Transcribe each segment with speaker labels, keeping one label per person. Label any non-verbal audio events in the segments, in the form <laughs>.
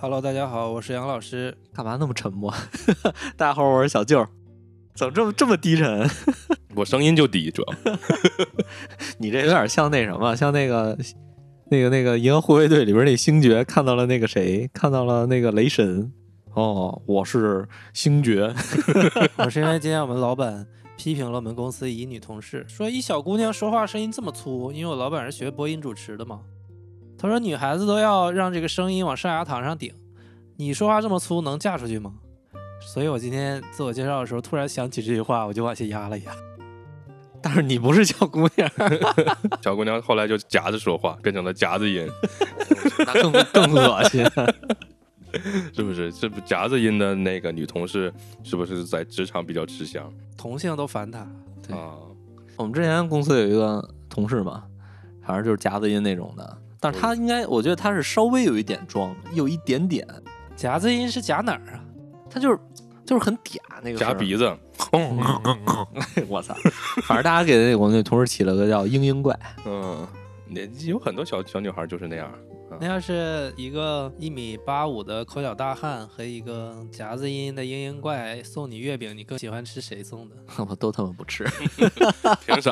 Speaker 1: Hello，大家好，我是杨老师。
Speaker 2: 干嘛那么沉默？ <laughs> 大家好，我是小舅。怎么这么这么低沉？ <laughs>
Speaker 3: 我声音就低，主要
Speaker 2: 你这有点像那什么，像那个那个那个《银河护卫队》里边那星爵看到了那个谁，看到了那个雷神。哦，我是星爵。
Speaker 1: <laughs> 我是因为今天我们老板批评了我们公司一女同事，说一小姑娘说话声音这么粗，因为我老板是学播音主持的嘛。他说女孩子都要让这个声音往上牙膛上顶，你说话这么粗能嫁出去吗？所以我今天自我介绍的时候突然想起这句话，我就往下压了压。
Speaker 2: 但是你不是小姑娘，
Speaker 3: 小姑娘后来就夹着说话，变成了夹子音，
Speaker 2: <laughs> 那更更恶心。
Speaker 3: 是不是？这不夹子音的那个女同事，是不是在职场比较吃香
Speaker 1: 同性都烦他，
Speaker 2: 对
Speaker 3: 啊？
Speaker 2: <laughs> 我们之前公司有一个同事嘛，反正就是夹子音那种的，但是他应该，我觉得他是稍微有一点装，有一点点，
Speaker 1: 夹子音是夹哪儿啊？
Speaker 2: 他就是就是很嗲那个
Speaker 3: 夹
Speaker 2: 声
Speaker 3: 鼻子，
Speaker 2: 儿， <laughs> 我操！反正大家给我们那同事起了个叫“嘤嘤怪 <laughs>
Speaker 3: 嗯，年纪有很多小小女孩就是那样。
Speaker 1: 那要是一个一米八五的抠脚大汉和一个夹子音的嘤嘤怪送你月饼，你更喜欢吃谁送的？”，
Speaker 2: 我都他妈不吃，
Speaker 3: 凭啥？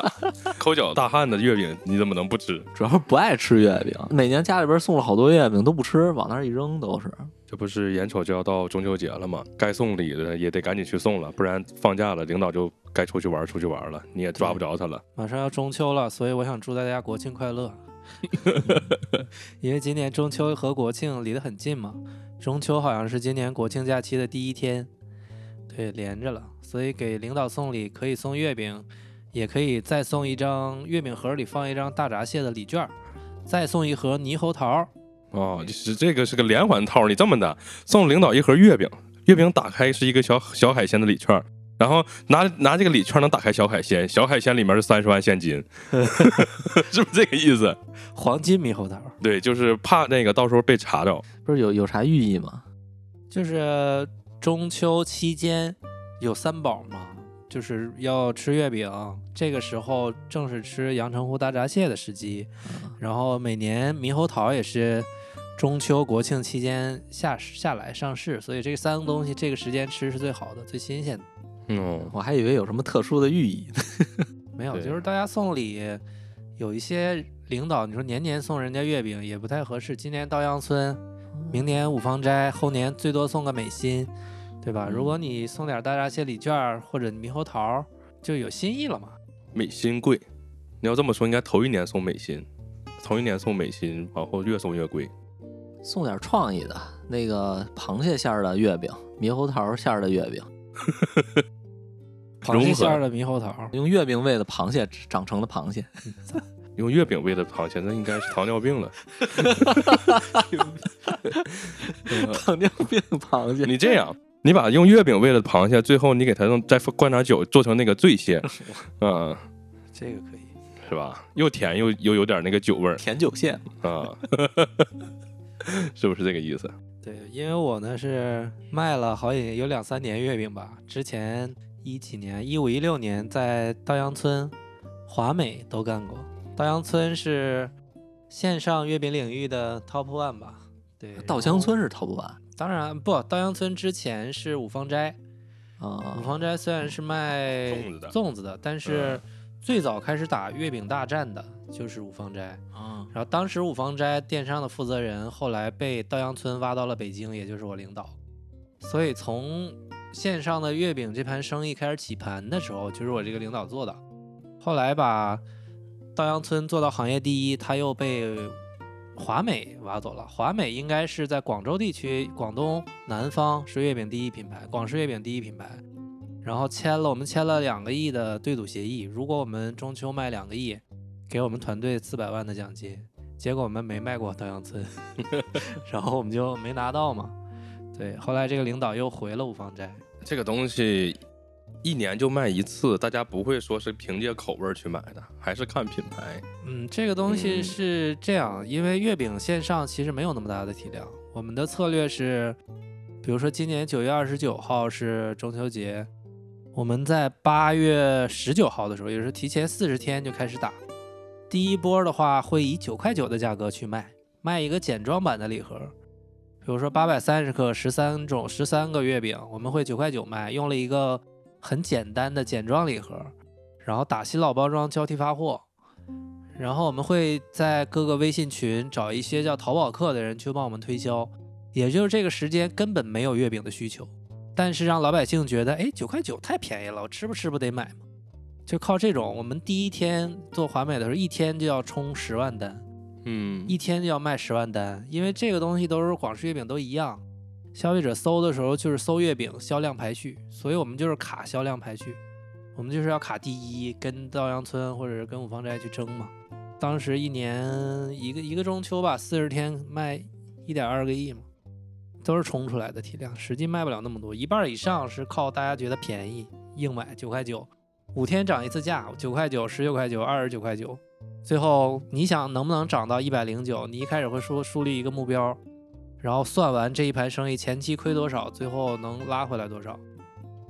Speaker 3: 抠脚大汉的月饼你怎么能不吃？
Speaker 2: 主要是不爱吃月饼。每年家里边送了好多月饼都不吃，往那儿一扔都是。
Speaker 3: 这不是眼瞅就要到中秋节了吗？该送礼的也得赶紧去送了，不然放假了，领导就该出去玩儿出去玩儿了，你也抓不着他了。
Speaker 1: 马上要中秋了，所以我想祝大家国庆快乐，因为今年中秋和国庆离得很近嘛，中秋好像是今年国庆假期的第一天，对，连着了，所以给领导送礼可以送月饼，也可以再送一张月饼盒里放一张大闸蟹的礼券儿，再送一盒猕猴桃儿。
Speaker 3: 哦，就是这个是个连环套，你这么的，送领导一盒月饼，月饼打开是一个小小海鲜的礼券儿，然后拿拿这个礼券儿能打开小海鲜，小海鲜里面是三十万现金， <laughs> 是不是这个意思？
Speaker 1: 黄金猕猴桃，
Speaker 3: 对，就是怕那个到时候被查着。
Speaker 2: 不是有有啥寓意吗？
Speaker 1: 就是中秋期间有三宝嘛，就是要吃月饼，这个时候正是吃阳澄湖大闸蟹的时机。然后每年猕猴桃也是中秋国庆期间下下来上市，所以这三个东西这个时间吃是最好的、最新鲜的。
Speaker 3: 嗯，
Speaker 2: 我还以为有什么特殊的寓意呢。 <laughs>
Speaker 1: 没有，
Speaker 3: 对
Speaker 1: 就是大家送礼，有一些领导你说年年送人家月饼也不太合适，今年稻香村，明年五芳斋，后年最多送个美心，对吧？如
Speaker 3: 嗯
Speaker 1: 果你送点大闸蟹礼券儿或者猕猴桃儿，就有新意了嘛。
Speaker 3: 美心贵，你要这么说，应该头一年送美心，头一年送美心，往后越送越贵。
Speaker 2: 送点创意的，那个螃蟹馅儿的月饼，猕猴桃馅儿的月饼，
Speaker 1: 螃蟹
Speaker 3: 融合
Speaker 1: 馅儿的猕猴桃儿，
Speaker 2: 用月饼喂的螃蟹长成了螃蟹。 <laughs>
Speaker 3: 用月饼喂的螃蟹，那应该是糖尿病了。 <laughs>
Speaker 2: 糖尿病螃蟹， <laughs>
Speaker 3: 你这样，你把用月饼喂了的螃蟹，最后你给它弄再灌点酒，做成那个醉
Speaker 1: <laughs>
Speaker 3: 蟹，嗯，
Speaker 1: 这个可以。
Speaker 3: 是吧？又甜又又有点那个酒味儿
Speaker 2: 甜酒蟹，
Speaker 3: 啊， <laughs> 是不是这个意思？
Speaker 1: 对，因为我呢是卖了好几有两三年月饼吧，之前一几年一五一六年在稻香村、华美都干过。稻香村是线上月饼领域的 top one 吧？对，
Speaker 2: 啊稻香村是淘不完
Speaker 1: 当然不，稻香村之前是五芳斋，
Speaker 2: 啊
Speaker 1: 五。 <laughs> 芳斋虽然是卖
Speaker 3: 粽子的
Speaker 1: 粽子的，但是
Speaker 2: 嗯
Speaker 1: 最早开始打月饼大战的就是五芳斋。
Speaker 2: 啊，
Speaker 1: 然后当时五芳斋电商的负责人后来被稻香村挖到了北京，也就是我领导。所以从线上的月饼这盘生意开始起盘的时候，就是我这个领导做的。后来把稻香村做到行业第一，他又被华美挖走了。华美应该是在广州地区、广东南方是月饼第一品牌，广式月饼第一品牌。然后签了我们签了两个亿的对赌协议，如果我们中秋卖两个亿，给我们团队四百万的奖 <laughs> 金。结果我们没卖过稻香村，然后我们就没拿到嘛。对，后来这个领导又回了五芳斋，
Speaker 3: 这个东西一年就卖一次，大家不会说是凭借口味儿去买的，还是看品牌。
Speaker 1: 嗯，这个东西
Speaker 3: 嗯
Speaker 1: 是这样，因为月饼线上其实没有那么大的体量。我们的策略是，比如说今年九月二十九号是中秋节，我们在八月十九号的时候，也就是提前四十天就开始打。第一波的话，会以九块九的价格去卖，卖一个简装版的礼盒，比如说八百三十克，十三种十三个月饼，我们会九块九卖，用了一个很简单的简装礼盒，然后打新老包装交替发货。然后我们会在各个微信群找一些叫淘宝客的人去帮我们推销，也就是这个时间根本没有月饼的需求，但是让老百姓觉得，哎，九块九太便宜了，我吃不吃不得买吗？就靠这种，我们第一天做华美的时候，一天就要冲十万单，
Speaker 3: 嗯，
Speaker 1: 一天就要卖十万单，因为这个东西都是广式月饼都一样，消费者搜的时候就是搜月饼销量排序，所以我们就是卡销量排序，我们就是要卡第一，跟稻香村或者是跟五芳斋去争嘛。当时一年一个一个中秋吧，四十天卖一点二个亿嘛，都是冲出来的体量，实际卖不了那么多，一半以上是靠大家觉得便宜硬买九块九，五天涨一次价，九块九、十九块九、二十九块九。最后你想能不能涨到一百零九？你一开始会说树立一个目标，然后算完这一盘生意前期亏多少，最后能拉回来多少。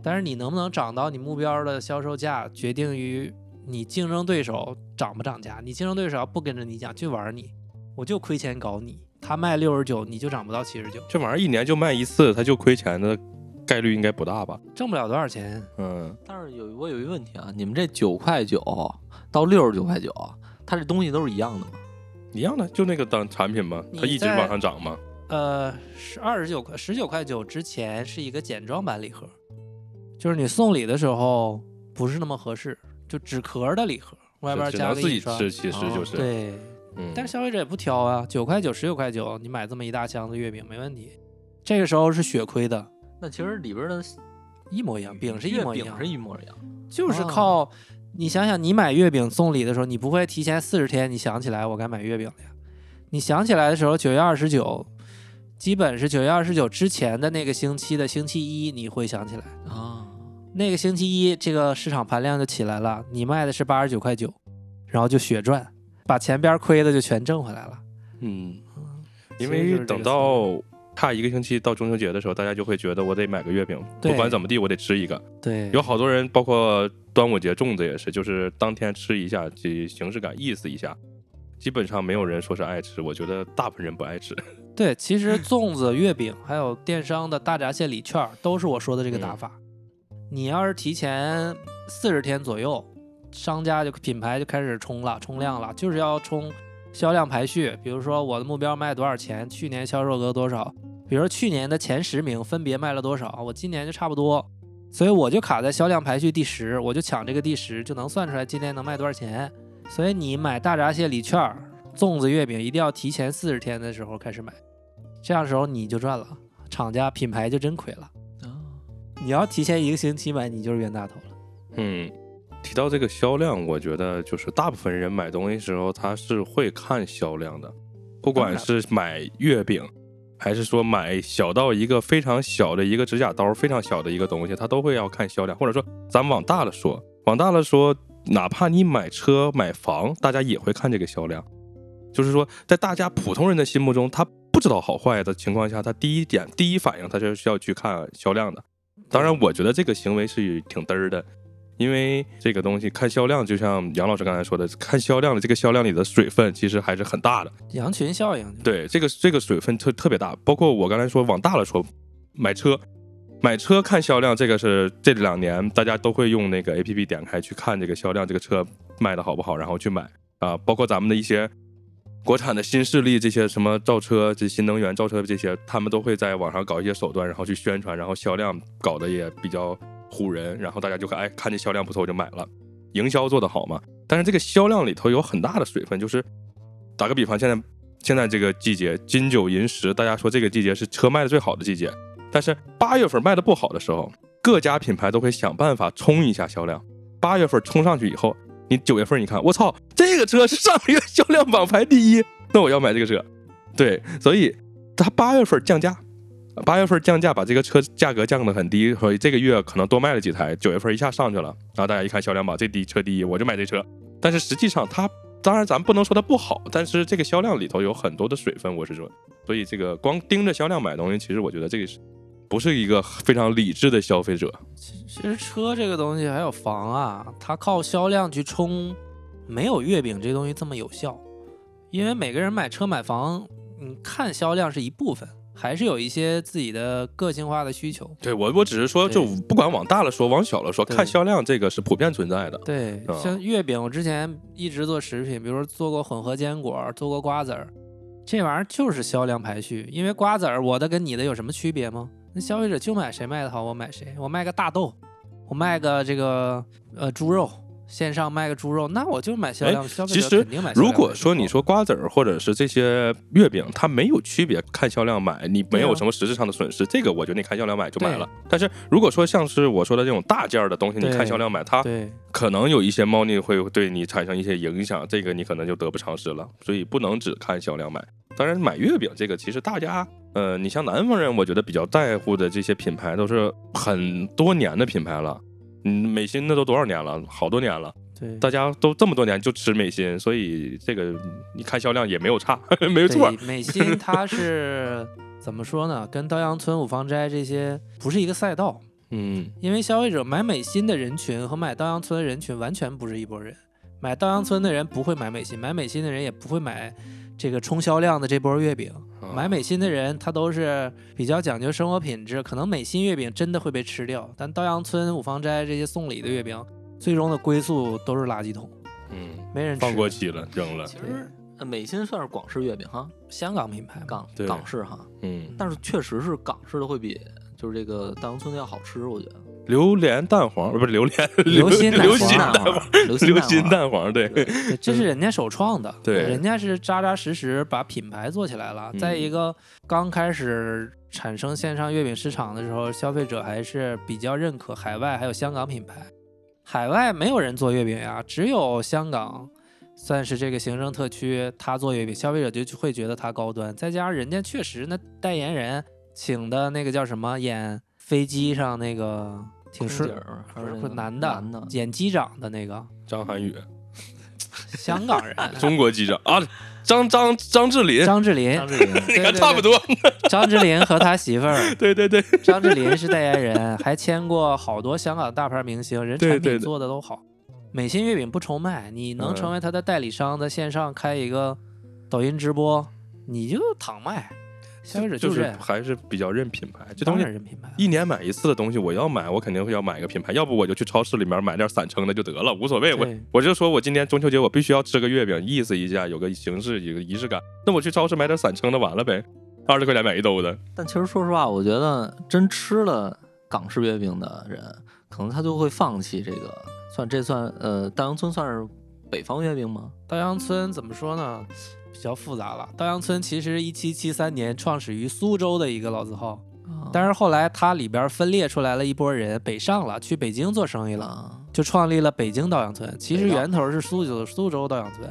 Speaker 1: 但是你能不能涨到你目标的销售价，决定于你竞争对手涨不涨价。你竞争对手要不跟着你讲，就玩你，我就亏钱搞你。他卖六十九，你就涨不到七十九，
Speaker 3: 这玩意儿一年就卖一次，它就亏钱的概率应该不大吧？
Speaker 1: 挣不了多少钱。
Speaker 3: 嗯，
Speaker 2: 但是有我有一个问题啊，你们这九块九到六十九块九，它这东西都是一样的吗？
Speaker 3: 一样的，就那个当产品嘛，
Speaker 1: 你
Speaker 3: 它一直
Speaker 1: 在
Speaker 3: 往上涨嘛。
Speaker 1: 呃，十二十九块十九块九之前是一个简装版礼盒，就是你送礼的时候不是那么合适，就纸壳的礼盒，外边
Speaker 3: 只
Speaker 1: 加
Speaker 3: 能
Speaker 1: 个
Speaker 3: 自己
Speaker 1: 印刷。啊
Speaker 3: 吃，其实
Speaker 2: 哦
Speaker 3: 就是。
Speaker 1: 对，
Speaker 3: 嗯，
Speaker 1: 但是消费者也不挑啊，九块九、十九块九，你买这么一大箱子月饼没问题。这个时候是血亏的，
Speaker 2: 那其实里边的
Speaker 1: 一模一样，饼是一
Speaker 2: 月
Speaker 1: 模一
Speaker 2: 饼
Speaker 1: 样，
Speaker 2: 是一模一样，
Speaker 1: 就是
Speaker 2: 哦
Speaker 1: 靠、你想想，你买月饼送礼的时候，你不会提前四十天你想起来我该买月饼了呀？你想起来的时候，九月二十九，基本是九月二十九之前的那个星期的星期一，你会想起来。
Speaker 2: 啊，
Speaker 1: 那个星期一，这个市场盘量就起来了，你卖的是八十九块九，然后就血赚，把前边亏的就全挣回来了。
Speaker 3: 嗯，
Speaker 1: 其实
Speaker 3: 因
Speaker 1: 就是
Speaker 3: 为
Speaker 1: 这
Speaker 3: 等
Speaker 1: 个
Speaker 3: 到差一个星期到中秋节的时候，大家就会觉得我得买个月饼，
Speaker 1: 对
Speaker 3: 不管怎么地我得吃一个。
Speaker 1: 对，
Speaker 3: 有好多人，包括端午节粽子也是，就是当天吃一下，这形式感意思一下。基本上没有人说是爱吃，我觉得大部分人不爱吃。
Speaker 1: 对，其实粽子、月饼还有电商的大闸蟹礼券儿都是我说的这个打法。你要是提前四十天左右，商家就品牌就开始冲了，冲量了，就是要冲销量排序。比如说我的目标卖多少钱，去年销售额多少，比如说去年的前十名分别卖了多少，我今年就差不多，所以我就卡在销量排序第十，我就抢这个第十，就能算出来今年能卖多少钱。所以你买大闸蟹礼券儿、粽子、月饼，一定要提前四十天的时候开始买。这样时候你就赚了，厂家品牌就真亏了。你要提前一个星期买，你就是冤大头了。
Speaker 3: 嗯，提到这个销量，我觉得就是大部分人买东西时候他是会看销量的，不管是买月饼，还是说买小到一个非常小的一个指甲刀，非常小的一个东西，他都会要看销量。或者说，咱们往大了说，往大了说，哪怕你买车买房，大家也会看这个销量。就是说，在大家普通人的心目中，他不知道好坏的情况下，他第一点、第一反应，他就是要去看销量的。当然，我觉得这个行为是挺嘚儿的，因为这个东西看销量，就像杨老师刚才说的，看销量的这个销量里的水分其实还是很大的。
Speaker 1: 羊群效应，
Speaker 3: 对，这个这个水分特特别大，包括我刚才说往大了说，买车，买车看销量，这个是这两年大家都会用那个 A P P 点开去看这个销量，这个车卖的好不好，然后去买啊、包括咱们的一些国产的新势力，这些什么造车、这新能源造车这些，他们都会在网上搞一些手段，然后去宣传，然后销量搞得也比较唬人，然后大家就看，哎，看这销量不错，我就买了，营销做得好嘛。但是这个销量里头有很大的水分，就是打个比方，现在现在这个季节金九银十，大家说这个季节是车卖的最好的季节，但是八月份卖的不好的时候，各家品牌都会想办法冲一下销量。八月份冲上去以后，你九月份你看，我操，这个车是上个月销量榜排第一，那我要买这个车。对，所以它八月份降价，八月份降价把这个车价格降得很低，所以这个月可能多卖了几台。九月份一下上去了，然后大家一看销量榜，这第一车第一，我就买这车。但是实际上它，当然咱不能说它不好，但是这个销量里头有很多的水分，我是说，所以这个光盯着销量买东西，其实我觉得这个是不是一个非常理智的消费者。
Speaker 1: 其实车这个东西还有房啊，它靠销量去冲，没有月饼这东西这么有效。因为每个人买车买房，你看销量是一部分，还是有一些自己的个性化的需求。
Speaker 3: 对我，我只是说，就
Speaker 1: 对
Speaker 3: 不管往大了说，往小了说，
Speaker 1: 对
Speaker 3: 看销量这个是普遍存在的。
Speaker 1: 对，
Speaker 3: 啊
Speaker 1: 像月饼，我之前一直做食品，比如说做过混合坚果，做过瓜子儿，这玩意儿就是销量排序。因为瓜子儿我的跟你的有什么区别吗？那消费者就买谁卖的好，我买谁。我卖个大豆，我卖个这个呃猪肉，线上卖个猪肉，那我就买销量。消费
Speaker 3: 哎其实
Speaker 1: 者肯定买销量排序高。
Speaker 3: 如果说你说瓜子儿或者是这些月饼，它没有区别，看销量买，你没
Speaker 1: 对
Speaker 3: 有
Speaker 1: 啊
Speaker 3: 什么实质上的损失，这个我觉得你看销量买就买
Speaker 1: 对
Speaker 3: 了。但是如果说像是我说的这种大件儿的东西，你
Speaker 1: 对
Speaker 3: 看销量买，它
Speaker 1: 对
Speaker 3: 可能有一些猫腻会对你产生一些影响，这个你可能就得不偿失了。所以不能只看销量买。当然，买月饼这个其实大家，呃，你像南方人，我觉得比较在乎的这些品牌都是很多年的品牌了。嗯，美心那都多少年了，好多年了。
Speaker 1: 对，
Speaker 3: 大家都这么多年就吃美心，所以这个你看销量也没有差， <laughs> 没错。
Speaker 1: 对。美心它是 <laughs> 怎么说呢？跟稻香村、五芳斋这些不是一个赛道，
Speaker 3: 嗯，
Speaker 1: 因为消费者买美心的人群和买稻香村的人群完全不是一拨人。买稻香村的人不会买美心，买美心的人也不会买这个冲销量的这波月饼。
Speaker 3: 啊
Speaker 1: 买美心的人，他都是比较讲究生活品质，可能美心月饼真的会被吃掉，但稻香村、五芳斋这些送礼的月饼，最终的归宿都是垃圾桶，
Speaker 3: 嗯，
Speaker 1: 没人吃。
Speaker 3: 放过期了，扔了。
Speaker 2: 其实呃美心算是广式月饼哈，
Speaker 1: 香港品牌嘛，
Speaker 2: 港
Speaker 3: 对
Speaker 2: 港式哈，
Speaker 3: 嗯，
Speaker 2: 但是确实是港式的会比就是这个大洋村的要好吃，我觉得。
Speaker 3: 榴莲蛋黄不是榴莲，
Speaker 1: 流心奶
Speaker 3: 流
Speaker 1: 黄
Speaker 3: 心
Speaker 1: 啊
Speaker 3: 蛋黄，
Speaker 2: 黄，
Speaker 3: 流
Speaker 2: 流心
Speaker 3: 心
Speaker 2: 蛋
Speaker 3: 蛋
Speaker 2: 黄
Speaker 3: 黄，对，
Speaker 1: 对，这是人家首创的，
Speaker 3: 嗯对
Speaker 1: 人家是扎扎实实把品牌做起来了。
Speaker 3: 嗯
Speaker 1: 在一个刚开始产生线上月饼市场的时候，消费者还是比较认可海外还有香港品牌。海外没有人做月饼呀，只有香港算是这个行政特区，他做月饼，消费者就会觉得它高端。再加上人家确实那代言人请的那个叫什么，演飞机上那个挺
Speaker 2: 空
Speaker 1: 顺
Speaker 2: 姐，儿还
Speaker 1: 不
Speaker 2: 是
Speaker 1: 是
Speaker 2: 那
Speaker 1: 不
Speaker 2: 个
Speaker 1: 是男的
Speaker 2: 男的，
Speaker 1: 演机长的那个
Speaker 3: 张涵予，
Speaker 1: 香港人。
Speaker 3: <laughs> 中国机长啊，张张张智霖，
Speaker 1: 张智霖，
Speaker 2: 张智霖
Speaker 3: 你
Speaker 1: 对
Speaker 3: 看
Speaker 1: 对
Speaker 3: 差
Speaker 1: <laughs>
Speaker 3: 不多，，
Speaker 1: 张智霖和他媳妇儿 <laughs>
Speaker 3: 对对对，
Speaker 1: 张智霖是代言人，还签过好多香港大牌明星，人
Speaker 3: 对
Speaker 1: 产
Speaker 3: 对嗯
Speaker 1: 品
Speaker 3: 对
Speaker 1: 做的都好。美心月饼不愁卖，你能成为他的代理商，在线上开一个抖音直播，你就躺卖，消费者
Speaker 3: 就
Speaker 1: 就是认，
Speaker 3: 还是比较认品牌，这
Speaker 1: 当
Speaker 3: 东西
Speaker 1: 然认品牌了。
Speaker 3: 一年买一次的东西，我要买，我肯定会要买一个品牌，要不我就去超市里面买点散称的就得了，无所谓。我
Speaker 1: 对
Speaker 3: 我就说我今天中秋节我必须要吃个月饼，意思一下，有个形式，有个仪式感。那我去超市买点散称的完了呗，二十块钱买一兜
Speaker 1: 哦
Speaker 3: 的。
Speaker 2: 但其实说实话，我觉得真吃了港式月饼的人，可能他就会放弃这个，算这算呃，大洋村算是北方月饼吗？
Speaker 1: 稻香村怎么说呢？比较复杂了。稻香村其实一七七三年创始于苏州的一个老字号，
Speaker 3: 哦
Speaker 2: 啊
Speaker 1: 但是后来它里边分裂出来了一波人，北上了，去北京做生意了。
Speaker 2: 啊，
Speaker 1: 就创立了北京稻香村。其实
Speaker 2: 北稻
Speaker 1: 源头是苏州苏州稻香村，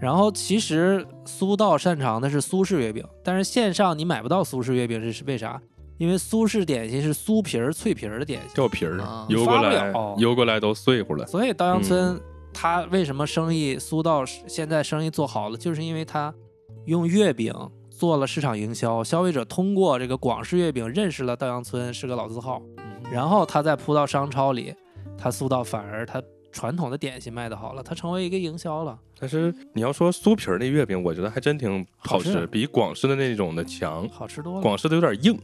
Speaker 1: 然后其实苏稻擅长的是苏式月饼，但是线上你买不到苏式月饼是是为啥？因为苏式点心是酥皮儿、脆皮儿的点心，
Speaker 3: 掉皮儿
Speaker 2: 啊
Speaker 3: 邮过
Speaker 1: 发
Speaker 3: 来
Speaker 1: 不了，
Speaker 3: 邮过来都碎乎了。
Speaker 1: 所以稻香村
Speaker 3: 嗯
Speaker 1: 它为什么生意苏稻现在生意做好了，就是因为它用月饼做了市场营销，消费者通过这个广式月饼认识了稻香村是个老字号，
Speaker 3: 嗯
Speaker 1: 然后他再铺到商超里，他苏到反而他传统的点心卖的好了，他成为一个营销了。
Speaker 3: 但是你要说酥皮儿那月饼，我觉得还真挺好
Speaker 1: 好
Speaker 3: 吃，
Speaker 1: 吃啊
Speaker 3: 比广式的那种的强。
Speaker 1: 好吃多了。
Speaker 3: 广式的有点硬，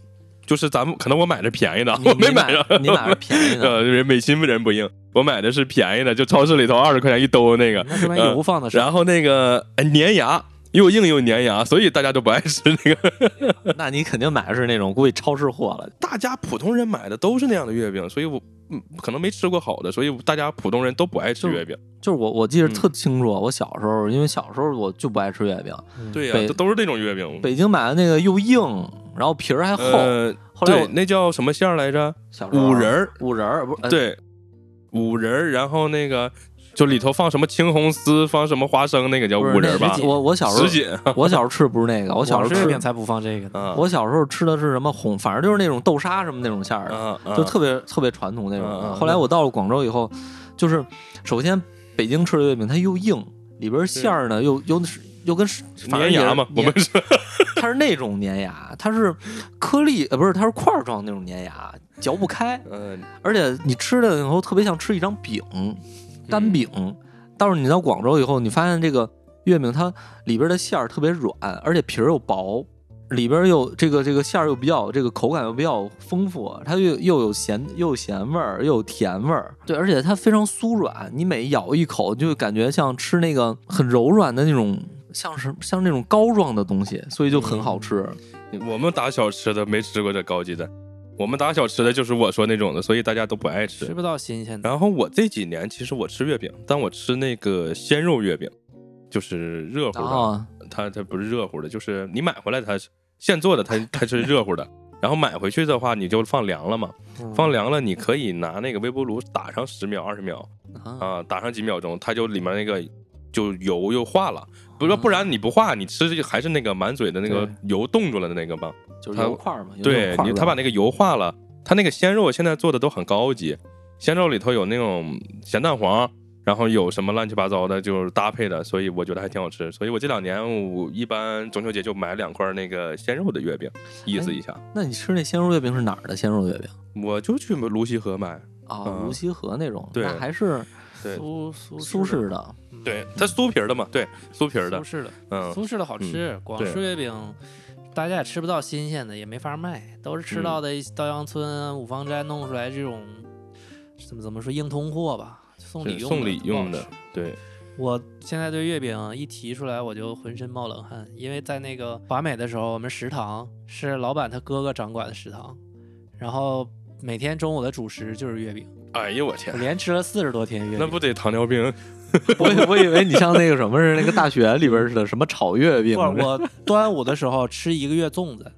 Speaker 3: 就是咱们可能我买的便宜的，
Speaker 2: 你
Speaker 3: 我
Speaker 2: 你
Speaker 3: <laughs> 没买着。
Speaker 2: 你买的便宜
Speaker 3: <laughs>
Speaker 2: 的，
Speaker 3: 呃，人美心人不硬，我买的是便宜的，就超市里头二十块钱一兜那个。
Speaker 1: 那说明油放
Speaker 2: 啊
Speaker 1: 的少，
Speaker 3: 然后那个呃粘牙又硬又粘牙，所以大家都不爱吃那个。 <laughs>
Speaker 2: 那你肯定买的是那种估计超市货了。
Speaker 3: 大家普通人买的都是那样的月饼，所以我嗯可能没吃过好的，所以大家普通人都不爱吃月饼。
Speaker 2: 就是我我记得
Speaker 3: 嗯
Speaker 2: 特清楚，我小时候因为小时候我就不爱吃月饼，
Speaker 3: 对呀、
Speaker 2: 北
Speaker 3: 这都是那种月饼。
Speaker 2: 北京买的那个又硬，然后皮儿还厚。啊
Speaker 3: 呃，
Speaker 2: 后来
Speaker 3: 对
Speaker 2: 我，
Speaker 3: 那叫什么馅儿来着？
Speaker 2: 小时候
Speaker 3: 五仁儿，
Speaker 2: 呃五仁儿不是、呃
Speaker 3: 对，五仁儿，然后那个就里头放什么青红丝，放什么花生，那个叫
Speaker 2: 不
Speaker 3: 五
Speaker 2: 是
Speaker 3: 仁儿
Speaker 2: 那
Speaker 3: 吧
Speaker 2: 什，么我我小时
Speaker 3: 什
Speaker 2: 候，
Speaker 3: 锦
Speaker 2: 我小时候吃不是那
Speaker 3: 呃
Speaker 2: 个，我小时候
Speaker 1: 月
Speaker 2: 吃
Speaker 1: 饼，才不放这个呢。
Speaker 3: 啊，
Speaker 2: 我小时候吃的是什么红，反正就是那种豆沙什么那种馅儿的，
Speaker 3: 啊啊
Speaker 2: 就特别特别传统那种
Speaker 3: 嗯嗯
Speaker 2: 的。
Speaker 3: 嗯
Speaker 2: 后来我到了广州以后，就是首先北京吃的月饼它又硬，里边馅儿呢又又又跟反正
Speaker 3: 粘
Speaker 2: 也是
Speaker 3: 牙嘛，我
Speaker 2: 粘
Speaker 3: 们是
Speaker 2: 它是那种粘牙，它是颗粒呃不是，它是块儿状那种粘牙，嚼不开，
Speaker 3: 嗯
Speaker 2: 而且你吃了以后特别像吃一张饼，干饼。到时候你到广州以后，你发现这个月饼它里边的馅儿特别软，而且皮儿又薄，里边又这个这个馅儿又比较这个口感又比较丰富，它又又有咸又有咸味儿，又有甜味儿，对，而且它非常酥软，你每咬一口就感觉像吃那个很柔软的那种。像是像那种膏状的东西，所以就很好吃。
Speaker 3: 我们打小吃的没吃过这高级的，我们打小吃的就是我说那种的，所以大家都不爱吃
Speaker 1: 吃。不到新鲜的，
Speaker 3: 然后我这几年其实我吃月饼，但我吃那个鲜肉月饼，就是热乎
Speaker 2: 然
Speaker 3: 的，
Speaker 2: 后
Speaker 3: 它它不是热乎的，就是你买回来它是现做的，它它是热乎的。然后买回去的话，你就放凉了嘛，
Speaker 2: 嗯
Speaker 3: 放凉了你可以拿那个微波炉打上十秒二十秒
Speaker 2: 啊，
Speaker 3: 啊，打上几秒钟，它就里面那个就油又化了。不是，不然你不化，你吃这还是那个满嘴的那个
Speaker 2: 嗯对
Speaker 3: 油冻住了的那个嘛。
Speaker 2: 就是
Speaker 3: 它
Speaker 2: 油块儿嘛，有那
Speaker 3: 对
Speaker 2: 种块
Speaker 3: 你，
Speaker 2: 儿
Speaker 3: 他把
Speaker 2: 状
Speaker 3: 那个油化了，他那个鲜肉现在做的都很高级，鲜肉里头有那种咸蛋黄，然后有什么乱七八糟的，就是搭配的，所以我觉得还挺好吃。所以我这两年我一般中秋节就买两块那个鲜肉的月饼，意思一下。
Speaker 2: 那你吃那鲜肉月饼是哪儿的鲜肉月饼
Speaker 3: 我就去泸溪河买，
Speaker 2: 啊？
Speaker 3: 嗯
Speaker 2: 泸溪河那种，
Speaker 3: 对
Speaker 2: 那还是
Speaker 3: 对
Speaker 1: 苏苏
Speaker 2: 苏
Speaker 1: 式嗯
Speaker 2: 式的。
Speaker 3: 呃对，它酥皮儿的嘛，对，酥皮儿的
Speaker 1: 苏，式的，
Speaker 3: 嗯，
Speaker 1: 苏式的好吃。广式月饼大家也吃不到新鲜的，也没法卖，都是吃到
Speaker 3: 嗯
Speaker 1: 的一稻香村、五芳斋弄出来这种怎么怎么说硬通货吧，送礼
Speaker 3: 是
Speaker 1: 用
Speaker 3: 送礼用
Speaker 1: 的
Speaker 3: 的
Speaker 1: 不好吃。，
Speaker 3: 对，
Speaker 1: 我现在对月饼一提出来，我就浑身冒冷汗，因为在那个华美的时候，我们食堂是老板他哥哥掌管的食堂，然后每天中午的主食就是月饼，
Speaker 3: 哎呀我天
Speaker 1: 我，连吃了四十多天月
Speaker 3: 那
Speaker 1: 饼。
Speaker 3: 不得糖尿病？
Speaker 2: 我以我以为你像那个什么是那个大学里边似的，什么炒月饼
Speaker 1: 不，是我端午的时候吃一个月粽子，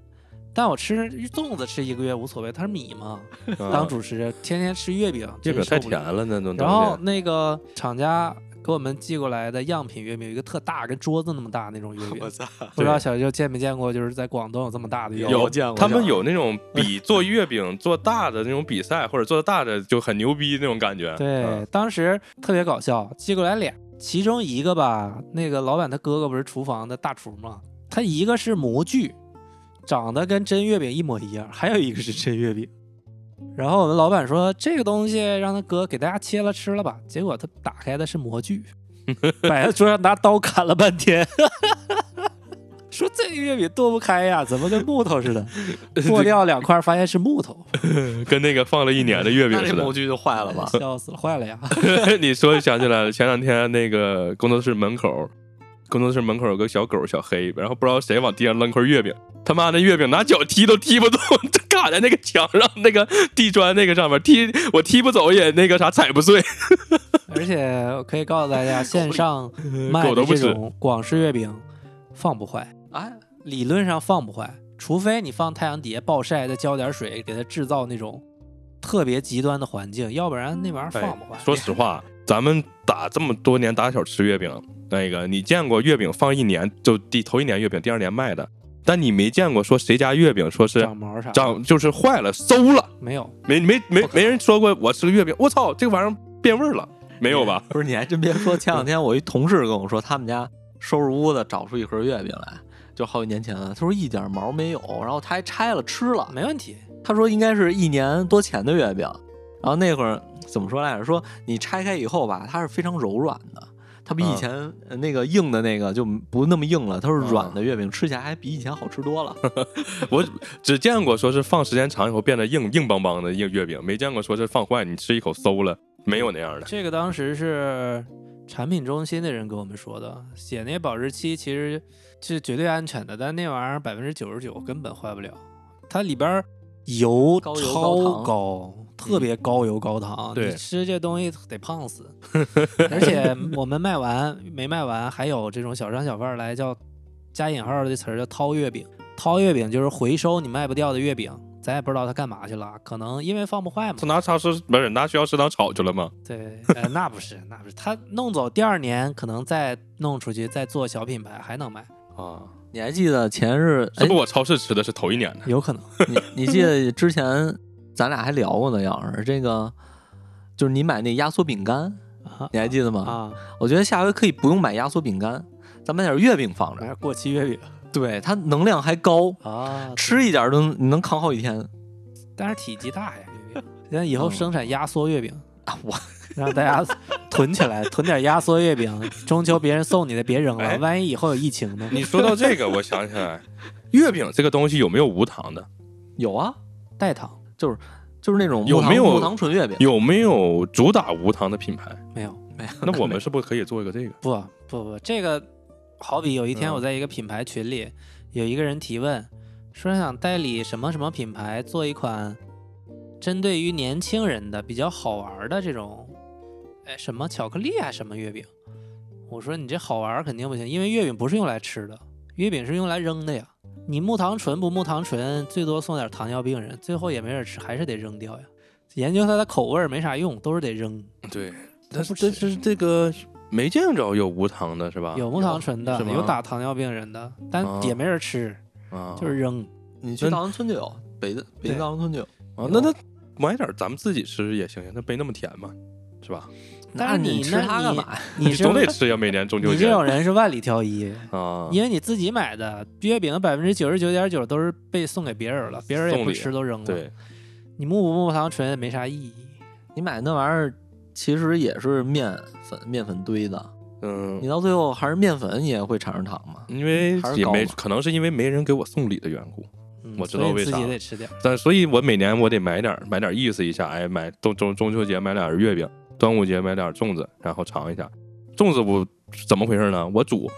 Speaker 1: 但我吃粽子吃一个月无所谓，它是米嘛，当主食天天吃月饼，
Speaker 3: 月
Speaker 1: 真
Speaker 3: 饼
Speaker 1: 受
Speaker 3: 啊太
Speaker 1: 不了
Speaker 3: 甜。了，那种东
Speaker 1: 然
Speaker 3: 西。
Speaker 1: 后那个厂家给我们寄过来的样品月饼，有一个特大，跟桌子那么大那种月
Speaker 3: <laughs>
Speaker 1: 饼，
Speaker 2: 操，
Speaker 1: 不知道小舅见没见过，就是在广东有这么大的月饼。
Speaker 3: 有
Speaker 2: 见过
Speaker 3: 他们
Speaker 2: 小
Speaker 3: 有那种比做月饼做大的那种比赛，或者做大的就很牛逼那种感觉。
Speaker 1: 对，当时特别搞笑，寄过来俩，其中一个吧，那个老板他哥哥不是厨房的大厨嘛，他一个是模具，长得跟真月饼一模一样，还有一个是真月饼。然后我们老板说这个东西让他哥给大家切了吃了吧，结果他打开的是模具，摆在桌上拿刀砍了半天， <laughs> 说这个月饼剁不开呀，怎么跟木头似的？剁掉两块发现是木头，
Speaker 3: 嗯，跟那个放了一年的月
Speaker 2: 那
Speaker 3: 饼
Speaker 2: 这
Speaker 3: 似
Speaker 2: 模
Speaker 3: 的。哎
Speaker 2: 具就坏了吧？
Speaker 1: 笑死了，坏了呀！
Speaker 3: <laughs> 你说想起来了，前两天那个工作室门口，工作室门口有个小狗小黑，然后不知道谁往地上扔块月饼，他妈那月饼拿脚踢都踢不动， <laughs> 就卡在那个墙上那个地砖那个上面踢，我踢不走也那个啥踩不碎。
Speaker 1: 而且我可以告诉大家，线上卖
Speaker 3: 呃狗都
Speaker 1: 的
Speaker 3: 不
Speaker 1: 这
Speaker 3: 吃
Speaker 1: 种广式月饼放不坏，啊
Speaker 2: 哎，
Speaker 1: 理论上放不坏，除非你放太阳底下暴晒，再浇点水，给它制造那种特别极端的环境，要不然那玩意儿放不坏。
Speaker 3: 说实话，咱们打这么多年打小吃月饼，那个你见过月饼放一年就第头一年月饼，第二年卖的，但你没见过说谁家月饼说是
Speaker 1: 长毛啥的
Speaker 3: 长就是坏了馊了，
Speaker 1: 没有？
Speaker 3: 没没没
Speaker 1: 不可能
Speaker 3: 没人说过我吃个月饼，我操这个玩意儿变味儿了，没有吧？
Speaker 2: 不是，你还真别说，前两天我一同事跟我说，他们家收拾屋子找出一盒月饼来。就好几年前了，他说一点毛没有，然后他还拆了吃了，
Speaker 1: 没问题，
Speaker 2: 他说应该是一年多前的月饼，然后那会儿怎么说来着？说你拆开以后吧，它是非常柔软的，它比以
Speaker 3: 嗯
Speaker 2: 前呃那个硬的那个就不那么硬了，它是
Speaker 3: 嗯
Speaker 2: 软的月饼，吃起来还比以前好吃多了。
Speaker 3: 我
Speaker 1: 嗯
Speaker 3: 只见过说是放时间长以后变得硬硬邦邦的硬月饼，没见过说是放坏你吃一口馊了，没有那样的。
Speaker 1: 这个当时是产品中心的人跟我们说的，写那保质期其实是绝对安全的，但那玩意儿百分之九十九根本坏不了，它里边儿油
Speaker 2: 高
Speaker 1: 超
Speaker 2: 油高
Speaker 1: 高，
Speaker 2: 糖嗯
Speaker 1: 特别高油高糖，
Speaker 3: 对
Speaker 1: 你吃这东西得胖死。
Speaker 2: <laughs>
Speaker 1: 而且我们卖完没卖完，还有这种小商小贩儿来叫加引号的词儿叫掏月饼，掏月饼就是回收你卖不掉的月饼。咱也不知道他干嘛去了，可能因为放不坏嘛
Speaker 3: 他。拿超市不是拿学校食堂炒去了吗？
Speaker 1: 对，呃，那不是，那不是，他弄走第二年，可能再弄出去，再做小品牌还能卖，
Speaker 2: <laughs>
Speaker 3: 啊，哎
Speaker 2: 你还记得前日？
Speaker 3: 是不
Speaker 1: 哎
Speaker 3: 是我超市吃的是头一年的？
Speaker 1: 有可能。
Speaker 2: 哎你你记得之前咱俩还聊过呢？要是这个，就是你买那压缩饼干，
Speaker 1: 啊
Speaker 2: 你还记得
Speaker 3: 嗯
Speaker 2: 吗？
Speaker 1: 啊，
Speaker 2: 我觉得下回可以不用买压缩饼干，咱买点月饼放
Speaker 1: 买
Speaker 2: 着，
Speaker 1: 点过期月饼
Speaker 2: 对它能量还高，
Speaker 1: 啊，
Speaker 2: 吃一点儿都你能扛好几天
Speaker 1: 但是体积大呀，月饼。现在以后
Speaker 2: 嗯
Speaker 1: 生产压缩月饼，
Speaker 3: 嗯
Speaker 1: <laughs>
Speaker 2: 啊！我
Speaker 1: 让大家囤起来，囤点压缩月
Speaker 3: <laughs>
Speaker 1: 饼。中秋别人送你的别扔
Speaker 3: 哎
Speaker 1: 了，万一以后有疫情呢？
Speaker 3: 你说到这个，我想起来，月饼这个东西有没有无糖的？
Speaker 2: 有啊，
Speaker 1: 代糖
Speaker 2: 就是那种
Speaker 3: 有
Speaker 2: 无糖
Speaker 3: 没有
Speaker 2: 无糖纯月饼？
Speaker 3: 有没有主打无糖的品牌？
Speaker 1: 没有？
Speaker 3: 那我们是不是可以做一个这个？
Speaker 1: 不不不，这个好比有一天
Speaker 3: 嗯
Speaker 1: 我在一个品牌群里，有一个人提问，说想代理什么什么品牌做一款针对于年轻人的比较好玩儿的这种，哎，什么巧克力啊，什么月饼。我说你这好玩儿肯定不行，因为月饼不是用来吃的，月饼是用来扔的呀。你木糖醇不木糖醇，最多送点糖尿病人，最后也没人吃，还是得扔掉呀。研究它的口味儿没啥用，都是得扔。
Speaker 3: 对，
Speaker 1: 但
Speaker 3: 但
Speaker 1: 是
Speaker 3: 是
Speaker 1: 但
Speaker 3: 但是这个没见着啊有无糖的是吧？
Speaker 1: 有木糖醇的，
Speaker 3: 是吗
Speaker 1: 有打糖尿病人的，但
Speaker 3: 啊
Speaker 1: 也没人吃，
Speaker 3: 啊，
Speaker 1: 就是
Speaker 3: <laughs>
Speaker 1: 扔。
Speaker 2: 你去大王村就有，北的北
Speaker 1: 对
Speaker 2: 京大王村就有。
Speaker 3: 啊，那那买点咱们自己吃也行呀，那没那么甜嘛，是吧？
Speaker 1: 但
Speaker 2: 那
Speaker 1: 是你
Speaker 2: 吃
Speaker 1: 那
Speaker 2: 它干
Speaker 1: 你
Speaker 2: 嘛呀？
Speaker 1: 你是
Speaker 3: 总得吃呀，每年中秋
Speaker 1: 你
Speaker 3: 节
Speaker 1: 这种人是万里挑一，
Speaker 3: 啊，
Speaker 1: 因为你自己买的月饼百分之九十九点九都是被送给别人了，别人也
Speaker 3: 送
Speaker 1: 不
Speaker 3: 礼啊
Speaker 1: 吃都扔了。
Speaker 3: 对，
Speaker 1: 你木不木糖醇也没啥意义。
Speaker 2: 你买那玩意儿其实也是面粉面粉堆的，你
Speaker 3: 嗯，
Speaker 2: 到最后还是面粉，你也会产生糖嘛？
Speaker 3: 因为
Speaker 2: 还是
Speaker 3: 也
Speaker 2: 高
Speaker 3: 没
Speaker 2: 嘛
Speaker 3: 可能是因为没人给我送礼的缘故，
Speaker 1: 嗯
Speaker 3: 我知
Speaker 1: 所以
Speaker 3: 道
Speaker 1: 你
Speaker 3: 为
Speaker 1: 自己
Speaker 3: 啥
Speaker 1: 得吃点儿。
Speaker 3: 但所以我每年我得买点买点意思一下，哎，买中中中秋节买点月饼，端午节买点粽子，然后尝一下。粽子我怎么回事呢？我煮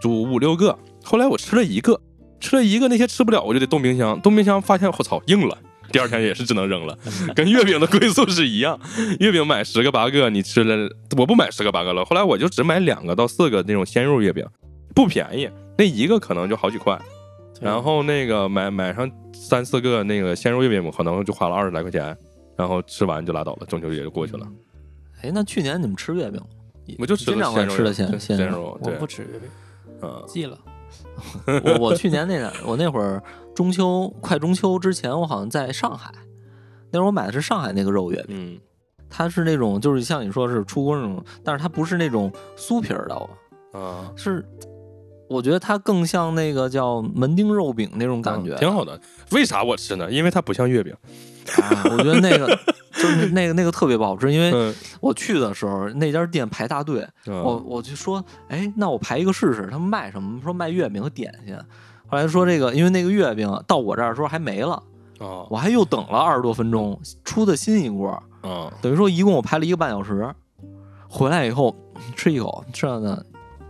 Speaker 3: 煮五六个，后来我吃了一个，吃了一个那些吃不了我就得冻冰箱，冻冰箱发现我操硬了。第二天也是只能扔了，跟月饼的归宿是一样。月饼买十个八个，你吃了，我不买十个八个了。后来我就只买两个到四个那种鲜肉月饼，不便宜，那一个可能就好几块。
Speaker 1: 对
Speaker 3: 然后那个买买上三四个那个鲜肉月饼，可能就花了二十来块钱，然后吃完就拉倒了，中秋节就过去了。
Speaker 2: 哎，那去年你们吃月 <laughs> 饼吗？
Speaker 3: 我就吃
Speaker 2: 经
Speaker 3: 了
Speaker 2: 常会
Speaker 3: 鲜肉
Speaker 2: 吃的
Speaker 3: 月
Speaker 2: 鲜
Speaker 3: 饼
Speaker 2: 鲜
Speaker 3: 鲜
Speaker 2: 肉。
Speaker 3: 肉，
Speaker 1: 我
Speaker 3: 对
Speaker 1: 不，吃月饼，
Speaker 3: 嗯
Speaker 1: 记了。
Speaker 2: 我我去年那啥，我那会儿中秋快中秋之前，我好像在上海，那会儿我买的是上海那个肉月饼，
Speaker 3: 嗯，
Speaker 2: 它是那种就是像你说是出锅那种，但是它不是那种酥皮儿的，哦
Speaker 3: 啊，
Speaker 2: 是我觉得它更像那个叫门钉肉饼那种感觉。
Speaker 3: 嗯挺好的。为啥我吃呢？因为它不像月饼，
Speaker 2: 啊，我觉得那个就是那个那个特别不好吃，因为
Speaker 3: 嗯，
Speaker 2: 我去的时候那家店排大队，我
Speaker 3: 嗯
Speaker 2: 我就说，哎，那我排一个试试，他们卖什么？说卖月饼和点心。后来说这个，因为那个月饼到我这儿的时候还没了，
Speaker 3: 啊
Speaker 2: 我还又等了二十多分钟，出的新一锅，
Speaker 3: 啊，
Speaker 2: 等于说一共我排了一个半小时。回来以后吃一口，吃完呢，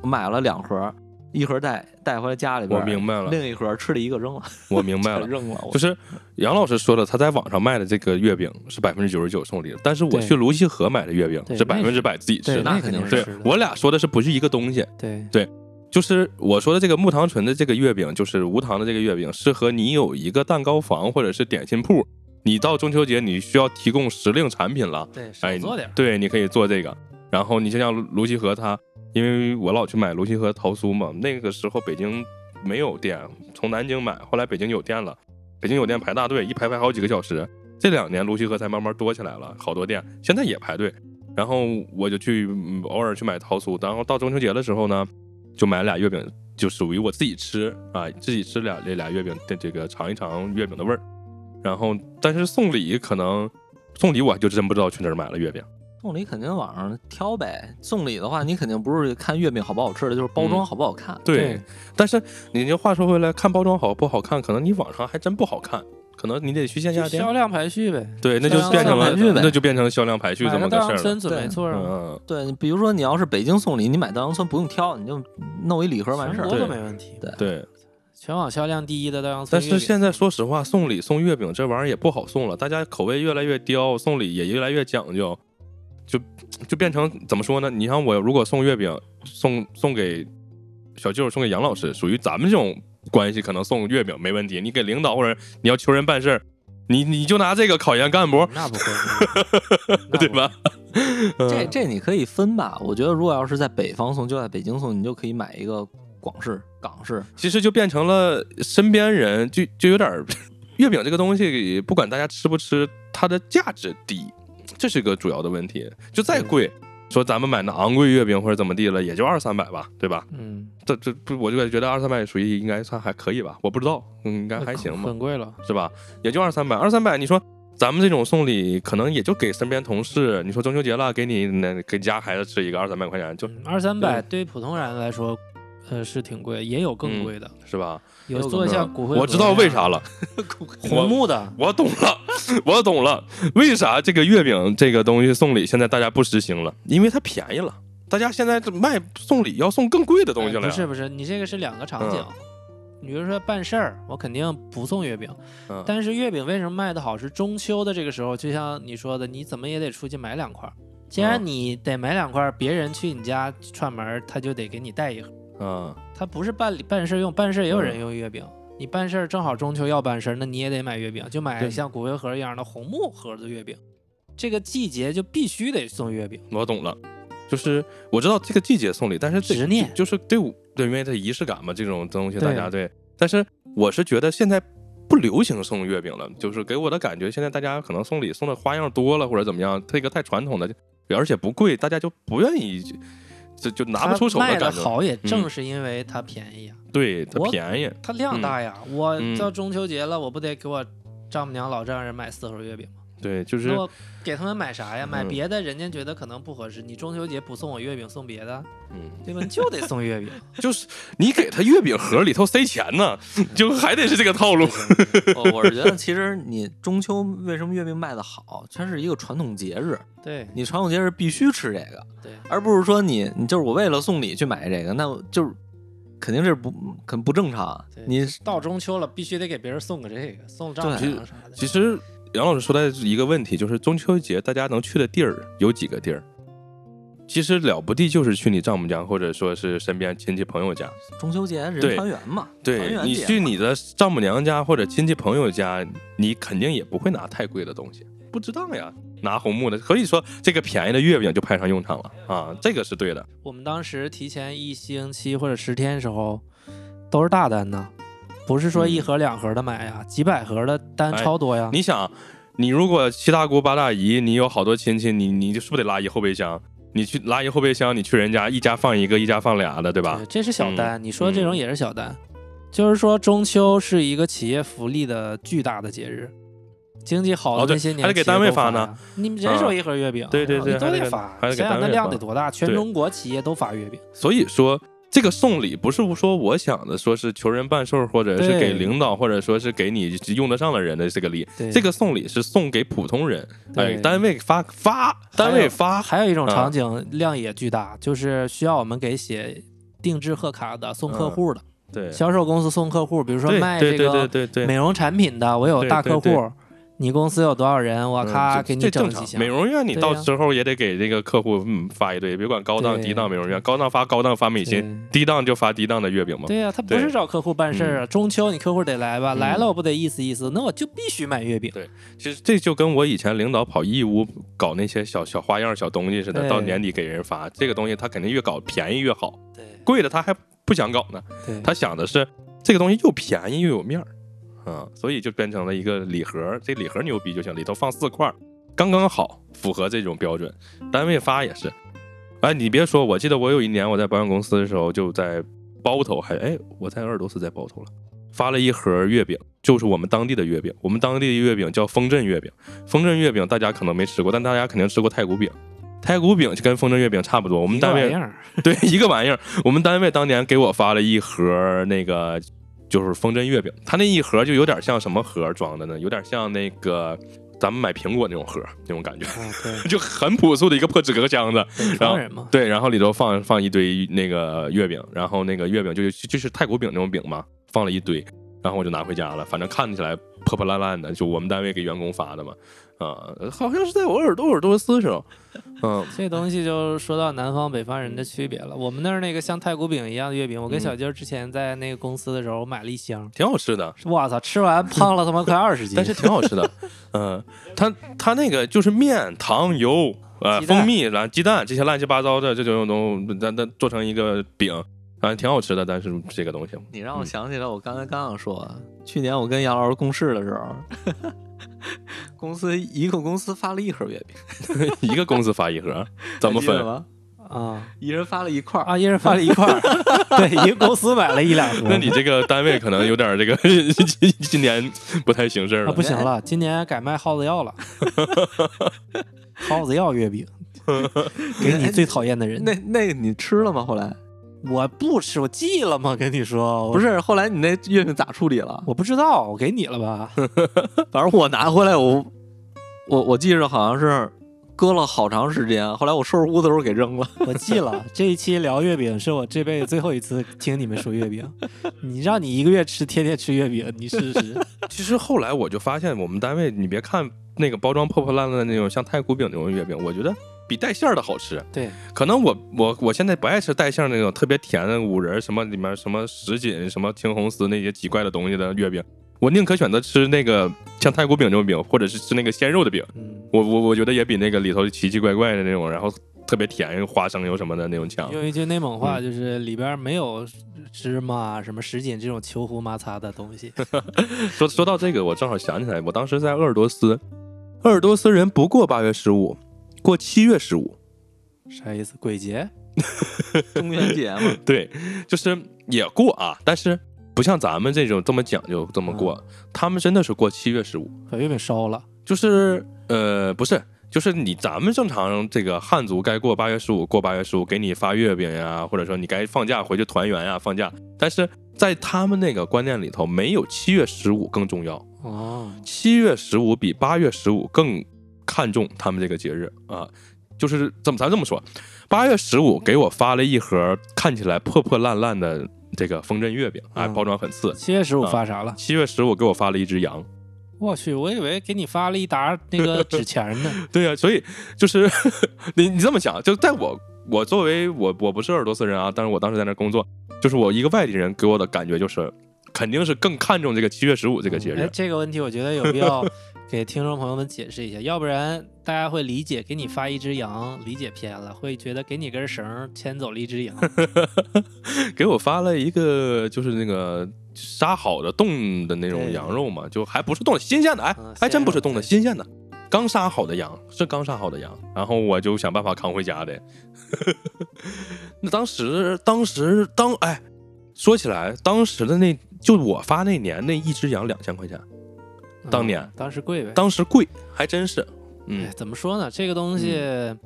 Speaker 2: 我买了两盒，一盒带带回来家里边
Speaker 3: 我
Speaker 2: 儿，
Speaker 3: 明白了，哎
Speaker 2: 另一盒吃了一个扔了，
Speaker 3: 我明白了。
Speaker 2: <laughs> 扔了。我
Speaker 3: 就是杨老师说的，他在网上卖的这个月饼是百分之九十九送礼的，但是我
Speaker 1: 对
Speaker 3: 去卢溪河买的月饼
Speaker 1: 对
Speaker 3: 是百分之百自己吃
Speaker 1: 对，
Speaker 3: 的。
Speaker 2: 那
Speaker 1: 肯
Speaker 2: 肯
Speaker 1: 定
Speaker 2: 定
Speaker 3: 对
Speaker 1: 是的。
Speaker 3: 我俩说的是不是一个东西？
Speaker 1: 对
Speaker 3: 就是我说的这个木糖醇的这个月饼，就是无糖的这个月饼，适合你有一个蛋糕房或者是点心铺，你到中秋节你需要提供时令产品了，
Speaker 1: 对，少
Speaker 3: 哎，
Speaker 1: 做点儿。
Speaker 3: 对，你可以做这个。然后你就像卢溪河它，因为我老去买卢溪河桃酥嘛，那个时候北京没有店，从南京买，后来北京有店了，北京有店排大队，一排排好几个小时。这两年卢溪河才慢慢多起来了，好多店现在也排队。然后我就去嗯偶尔去买桃酥，然后到中秋节的时候呢，就买俩月饼，就属于我自己吃啊，自己吃俩这俩月饼，这这个尝一尝月饼的味儿。然后，但是送礼可能送礼我就真不知道去哪儿买了月饼。
Speaker 2: 送礼肯定网上挑呗，送礼的话，你肯定不是看月饼好不好吃的，就是包装好不好看。
Speaker 3: 对，但是你这话说回来，看包装好不好看，可能你网上还真不好看，可能你得去线
Speaker 1: 就
Speaker 3: 下店
Speaker 1: 销。量排序呗，
Speaker 3: 对，那就
Speaker 1: 销量
Speaker 3: 变成了
Speaker 2: 排序呗
Speaker 3: 那就变成销量排序
Speaker 1: 买
Speaker 3: 这
Speaker 1: 个
Speaker 3: 么个
Speaker 1: 稻香
Speaker 3: 事儿了
Speaker 1: 村。准没
Speaker 2: 对
Speaker 1: 错啊，
Speaker 3: 嗯，
Speaker 2: 对，比如说你要是北京送礼，你买稻香村不用挑，你就弄一礼盒完事
Speaker 1: 全
Speaker 2: 儿。
Speaker 1: 国都
Speaker 3: 对
Speaker 1: 没问题。
Speaker 3: 对。
Speaker 1: 全网销量第一的稻香村
Speaker 3: 但
Speaker 1: 月饼，
Speaker 3: 是现在说实话，送礼送月饼这玩意儿也不好送了，大家口味越来越刁，送礼也越来越讲究，就就变成怎么说呢？你像我如果送月饼，送送给小舅，送给杨老师，属于咱们这种关系，可能送月饼没问题。你给领导或者你要求人办事儿，你你就拿这个考研干部，
Speaker 1: 那不会，那不会
Speaker 3: <laughs> 对吧？？
Speaker 2: 这这你可以分吧，我觉得如果要是在北方送，就在北京送，你就可以买一个广式、港 <laughs> 式，
Speaker 3: <laughs> 其实就变成了身边人就就有点儿 <laughs> 月饼这个东西，不管大家吃不吃，它的价值低，这是个主要的问题。就再贵，说咱们买那昂贵月饼或者怎么地了，也就二三百吧，对吧？
Speaker 1: 嗯，
Speaker 3: 这这不，我就觉得二三百属于应该算还可以吧，我不知道，嗯，应该还行 <laughs> 吧，
Speaker 1: 很贵了。
Speaker 3: 是吧？也就二三百，二三百，你说。咱们这种送礼，可能也就给身边同事。你说中秋节了，给你那给家孩子吃一个二三百块钱，就
Speaker 1: 嗯二三百对于普通人来说，呃，是挺贵，也有
Speaker 3: 嗯
Speaker 1: 更贵的，
Speaker 3: 是吧？
Speaker 1: 有做像骨灰盒呀，
Speaker 3: 我知道为啥了，
Speaker 1: 红木的，
Speaker 3: 我懂了， <laughs> 我懂了，为啥这个月饼这个东西送礼现在大家不实行了？因为它便宜了，大家现在这卖送礼要送更贵的东西了呀。
Speaker 1: 哎不是不是，你这个是两个场景。你比如说办事儿，我肯定不送月饼，
Speaker 3: 嗯
Speaker 1: 但是月饼为什么卖的好？是中秋的这个时候，就像你说的，你怎么也得出去买两块儿。既然
Speaker 3: 嗯
Speaker 1: 你得买两块儿，别人去你家串门儿，他就得给你带一盒。
Speaker 3: 嗯，
Speaker 1: 他不是办理办事儿用，办事儿也有人用月饼。你办事儿正好中秋要办事儿，那你也得买月饼，就买
Speaker 3: 对
Speaker 1: 像骨灰盒一样的红木盒子月饼。这个季节就必须得送月饼，
Speaker 3: 我懂了，就是我知道这个季节送礼，但是这
Speaker 1: 执念
Speaker 3: 就是对我对，因为它仪式感嘛，这种东西
Speaker 1: 对
Speaker 3: 大家对。但是我是觉得现在不流行送月饼了，就是给我的感觉，现在大家可能送礼送的花样多了，或者怎么样，这个太传统的，而且不贵，大家就不愿意。就就拿不出手
Speaker 1: 它啊卖
Speaker 3: 感
Speaker 1: 的
Speaker 3: 觉，嗯
Speaker 1: 好也正是因为它便宜呀、
Speaker 3: 对，它
Speaker 1: 我
Speaker 3: 便宜。
Speaker 1: 它量大呀。我
Speaker 3: 嗯
Speaker 1: 到中秋节了，我不得给我丈母娘、老丈人买四盒月饼吗？
Speaker 3: 对，就是
Speaker 1: 那我给他们买啥呀？买
Speaker 3: 嗯
Speaker 1: 别的，人家觉得可能不合适。你中秋节不送我月饼，送别的，啊
Speaker 3: 嗯，
Speaker 1: 对吧？你就得送
Speaker 3: <laughs>
Speaker 1: 月饼。
Speaker 3: 就是你给他月饼盒里头塞钱呢，就还得是这个套路。
Speaker 2: 我哦我是觉 <laughs> 得，其实你中秋为什么月饼卖的好，它是一个传统节日，
Speaker 1: 对
Speaker 2: 你传统节日必须吃这个，
Speaker 1: 对，
Speaker 2: 而不是说你你就是我为了送礼去买这个，那我就是肯定是不肯不正常啊
Speaker 1: 对。
Speaker 2: 你
Speaker 1: 到中秋了，必须得给别人送个这个，送丈母
Speaker 2: 对
Speaker 1: 娘啥的。
Speaker 3: <laughs> 其实杨老师说的一个问题就是中秋节大家能去的地儿有几个地儿？其实了不地就是去你丈母娘或者说是身边亲戚朋友家，
Speaker 2: 中秋节人
Speaker 3: 对
Speaker 2: 团圆嘛，团
Speaker 3: 对
Speaker 2: 圆
Speaker 3: 你
Speaker 2: 节
Speaker 3: 去
Speaker 2: 嘛
Speaker 3: 你的丈母娘家或者亲戚朋友家，你肯定也不会拿太贵的东西，不值当呀。拿红木的，可以说这个便宜的月饼就派上用场了啊，这个是对的。
Speaker 1: 我们当时提前一星期或者十天时候，都是大单呢，不是说一盒两盒的买呀，啊几百盒的单
Speaker 3: 嗯哎
Speaker 1: 超多呀。
Speaker 3: 你想，你如果七大姑八大姨，你有好多亲戚，你你就是不是得拉一后备箱？你去拉一后备箱，你去人家一家放一个，一家放俩的，对吧
Speaker 1: 对？这是小单，你说这种
Speaker 3: 嗯
Speaker 1: 也是小单，就是说中秋是一个企业福利的巨大的节日。经济好
Speaker 3: 哦
Speaker 1: 的
Speaker 3: 对
Speaker 1: 那些年，
Speaker 3: 还得给单位发呢。嗯
Speaker 1: 你们人手一盒月饼，
Speaker 3: 对对对
Speaker 1: 你都
Speaker 3: 还得
Speaker 1: 得
Speaker 3: 给
Speaker 1: 发。
Speaker 3: 还得给
Speaker 1: 想想
Speaker 3: 单
Speaker 1: 那
Speaker 3: 位
Speaker 1: 量
Speaker 3: 发
Speaker 1: 得多大，全
Speaker 3: 对
Speaker 1: 中国企业都发月饼。
Speaker 3: 所以说，这个送礼不是说我想的，说是求人办事儿，或者是
Speaker 1: 对
Speaker 3: 给领导，或者说是给你用得上的人的这个礼。
Speaker 1: 对，
Speaker 3: 这个送礼是送给普通人，哎，
Speaker 1: 对
Speaker 3: 单位发发，单位发，
Speaker 1: 还有一种
Speaker 3: 嗯
Speaker 1: 场景量也巨大，就是需要我们给写定制贺卡的，送客户的，
Speaker 3: 嗯对，
Speaker 1: 销售公司送客户，比如说
Speaker 3: 对
Speaker 1: 卖
Speaker 3: 对
Speaker 1: 这
Speaker 3: 对对
Speaker 1: 个
Speaker 3: 对对，
Speaker 1: 美容产品的，我有
Speaker 3: 对
Speaker 1: 大客
Speaker 3: 对
Speaker 1: 户，你公司有多少人，我咔
Speaker 3: 嗯这
Speaker 1: 给你
Speaker 3: 这
Speaker 1: 整
Speaker 3: 正
Speaker 1: 几
Speaker 3: 常
Speaker 1: 箱
Speaker 3: 美。容院你
Speaker 1: 对
Speaker 3: 到
Speaker 1: 呀
Speaker 3: 时候也得给这个客户嗯发一堆，别管高档
Speaker 1: 对
Speaker 3: 低档美容院，高档发高档发美心，低档就发低档的月饼嘛。
Speaker 1: 对呀、他不
Speaker 3: 对
Speaker 1: 是找客户办事儿啊，中秋你客户得来
Speaker 3: 嗯
Speaker 1: 吧，来了我不得意思意思，那我就必须买月饼。
Speaker 3: 其实这就跟我以前领导跑义乌搞那些小小花样、小东西似的，
Speaker 1: 对
Speaker 3: 到年底给人发这个东西，他肯定越搞便宜越好，
Speaker 1: 对
Speaker 3: 贵的他还不想搞呢，
Speaker 1: 对，
Speaker 3: 他想的是这个东西又便宜又有面儿，啊、所以就变成了一个礼盒，这礼盒牛逼就行，里头放四块儿，刚刚好，符合这种标准。单位发也是，哎，你别说，我记得我有一年我在保险公司的时候，就在包头还哎，我在鄂尔多斯在包头了，发了一盒月饼，就是我们当地的月饼，我们当地的月饼叫丰镇月饼，丰镇月饼大家可能没吃过，但大家肯定吃过太谷饼。太谷饼就跟丰镇月饼差不多，我
Speaker 1: 我
Speaker 3: 们单 <laughs> 位
Speaker 1: 样儿啊
Speaker 3: 对，一个玩意儿。我们单位当年给我发了一盒那个就是风筝月饼，它那一盒就有点像什么盒装的呢？有点像那个咱们买苹果那种盒那种感觉，
Speaker 1: 啊，对，
Speaker 3: <laughs> 就很朴素的一个破纸壳箱子。
Speaker 1: 北
Speaker 3: 然后
Speaker 1: 方人嘛，
Speaker 3: 对，然后里头放放一堆那个月饼，然后那个月饼就就是泰国饼那种饼嘛，放了一堆，然后我就拿回家了。反正看起来破破烂烂的，就我们单位给员工发的嘛，啊、好像是在我耳朵耳朵撕上，嗯、
Speaker 1: 这东西就说到南方北方人的区别了。我们那儿那个像太古饼一样的月饼，
Speaker 3: 嗯
Speaker 1: 我跟小鸡儿之前在那个公司的时候，我买了一箱，
Speaker 3: 挺好吃的，
Speaker 1: 我操，吃完胖了他妈快二十斤。
Speaker 3: 但是挺好吃
Speaker 1: <laughs>
Speaker 3: 的，嗯、它它那个就是面、糖、油、呃、
Speaker 1: 鸡蛋
Speaker 3: 蜂蜜、然后鸡蛋这些乱七八糟的这种东西，咱咱做成一个饼，啊、挺好吃的，但是这个东西， <laughs>
Speaker 2: 你让我想起来，我刚才刚想说，去年我跟杨老师共事的时候，公司一个公司发了一盒月饼，
Speaker 3: 一个公司发一盒，啊怎么
Speaker 2: 还记得
Speaker 3: 分？
Speaker 2: 吗？
Speaker 1: 啊
Speaker 2: 一人发了一块儿，
Speaker 1: 啊，一人发了一块儿， <laughs> 对，一个公司买了一两盒。 <laughs>
Speaker 3: 那你这个单位可能有点儿这个今 <laughs> 年不太行事儿
Speaker 1: 啊，<laughs>
Speaker 3: 了。
Speaker 1: 不行了，今年改卖耗子药了， <laughs> 耗子药月 <laughs> 饼，给你最讨厌的人。
Speaker 2: 那那个你吃了吗？后来
Speaker 1: 我不吃，我记了吗？跟你说，我
Speaker 2: 不，是，后来你那月饼咋处理了？
Speaker 1: 我不知道，我给你了吧？
Speaker 2: 反正我拿回来我，我我记着好像是搁了好长时间，后来我收拾屋子的时候给扔了。
Speaker 1: 我记了。这一期聊月饼是我这辈子最后一次听你们说月饼。你让你一个月吃，天天吃月饼，你试试。
Speaker 3: 其实后来我就发现，我们单位你别看那个包装破破烂烂的那种，像太古饼那种月饼，我觉得比带馅儿的好吃。
Speaker 1: <laughs> 对，
Speaker 3: 可能我我我现在不爱吃带馅儿那种特别甜的五仁儿什么里面什么什锦什么青红丝那些奇怪的东西的月饼，我宁可选择吃那个像太古饼这种饼，或者是吃那个鲜肉的饼。
Speaker 1: 嗯，
Speaker 3: 我我我觉得也比那个里头奇奇怪怪的那种，然后特别甜花生油什么的那种强。
Speaker 1: 用一句内蒙
Speaker 3: 嗯
Speaker 1: 话，就是里边没有芝麻、什么什锦这种球胡麻擦的东西。
Speaker 3: 说说到这个，我正好想起来，我当时在鄂尔多斯，鄂尔多斯人不过八月十五，过七月十五。
Speaker 1: 啥意思？鬼节？
Speaker 2: <laughs> 中元节 <laughs> 嘛，
Speaker 3: 对，就是也过啊，但是不像咱们这种这么讲究这么过，他们真的是过七月十五，
Speaker 1: 把月饼烧了。
Speaker 3: 就是呃不是。就是你，咱们正常这个汉族该过八月十五过八月十五，给你发月饼呀，或者说你该放假回去团圆呀，放假。但是在他们那个观念里头，没有七月十五更重要，
Speaker 1: 哦，
Speaker 3: 七月十五比八月十五更看重他们这个节日啊，就是怎么咱这么说，八月十五给我发了一盒看起来破破烂烂的这个风筝月饼，哎，
Speaker 1: 嗯
Speaker 3: 包装很次。
Speaker 1: 七月十五
Speaker 3: 啊
Speaker 1: 发啥了？
Speaker 3: 七月十五给我发了一只羊，
Speaker 1: 我去，我以为给你发了一沓那个纸钱儿呢。
Speaker 3: 对呀、所以就是你你这么想，就在我我作为我我不是鄂尔多斯人啊，但是我当时在那儿工作，就是我一个外地人给我的感觉就是，肯定是更看重这个七月十 <laughs> 五这个节
Speaker 1: 哎
Speaker 3: 日，
Speaker 1: 这个问题我觉得有必要给听众朋友们解释一下，要不然大家会理解给你发一只羊理解偏了，会觉得给你根绳儿牵走了一只羊。
Speaker 3: 给我发了一个就是那个杀好的冻的那种羊肉嘛，就还不是冻的，新鲜的，哎
Speaker 1: 嗯，
Speaker 3: 还真不是冻的，
Speaker 1: 鲜
Speaker 3: 新鲜的，刚杀好的羊，是刚杀好的羊，然后我就想办法扛回家的。 <laughs> 那当时，当时，当哎，说起来，当时的那就我发那年那一只羊两千块钱， <laughs> 当年
Speaker 1: 嗯当时贵呗。
Speaker 3: 当时贵，还真是，
Speaker 1: 哎
Speaker 3: 嗯，
Speaker 1: 怎么说呢？这个东西，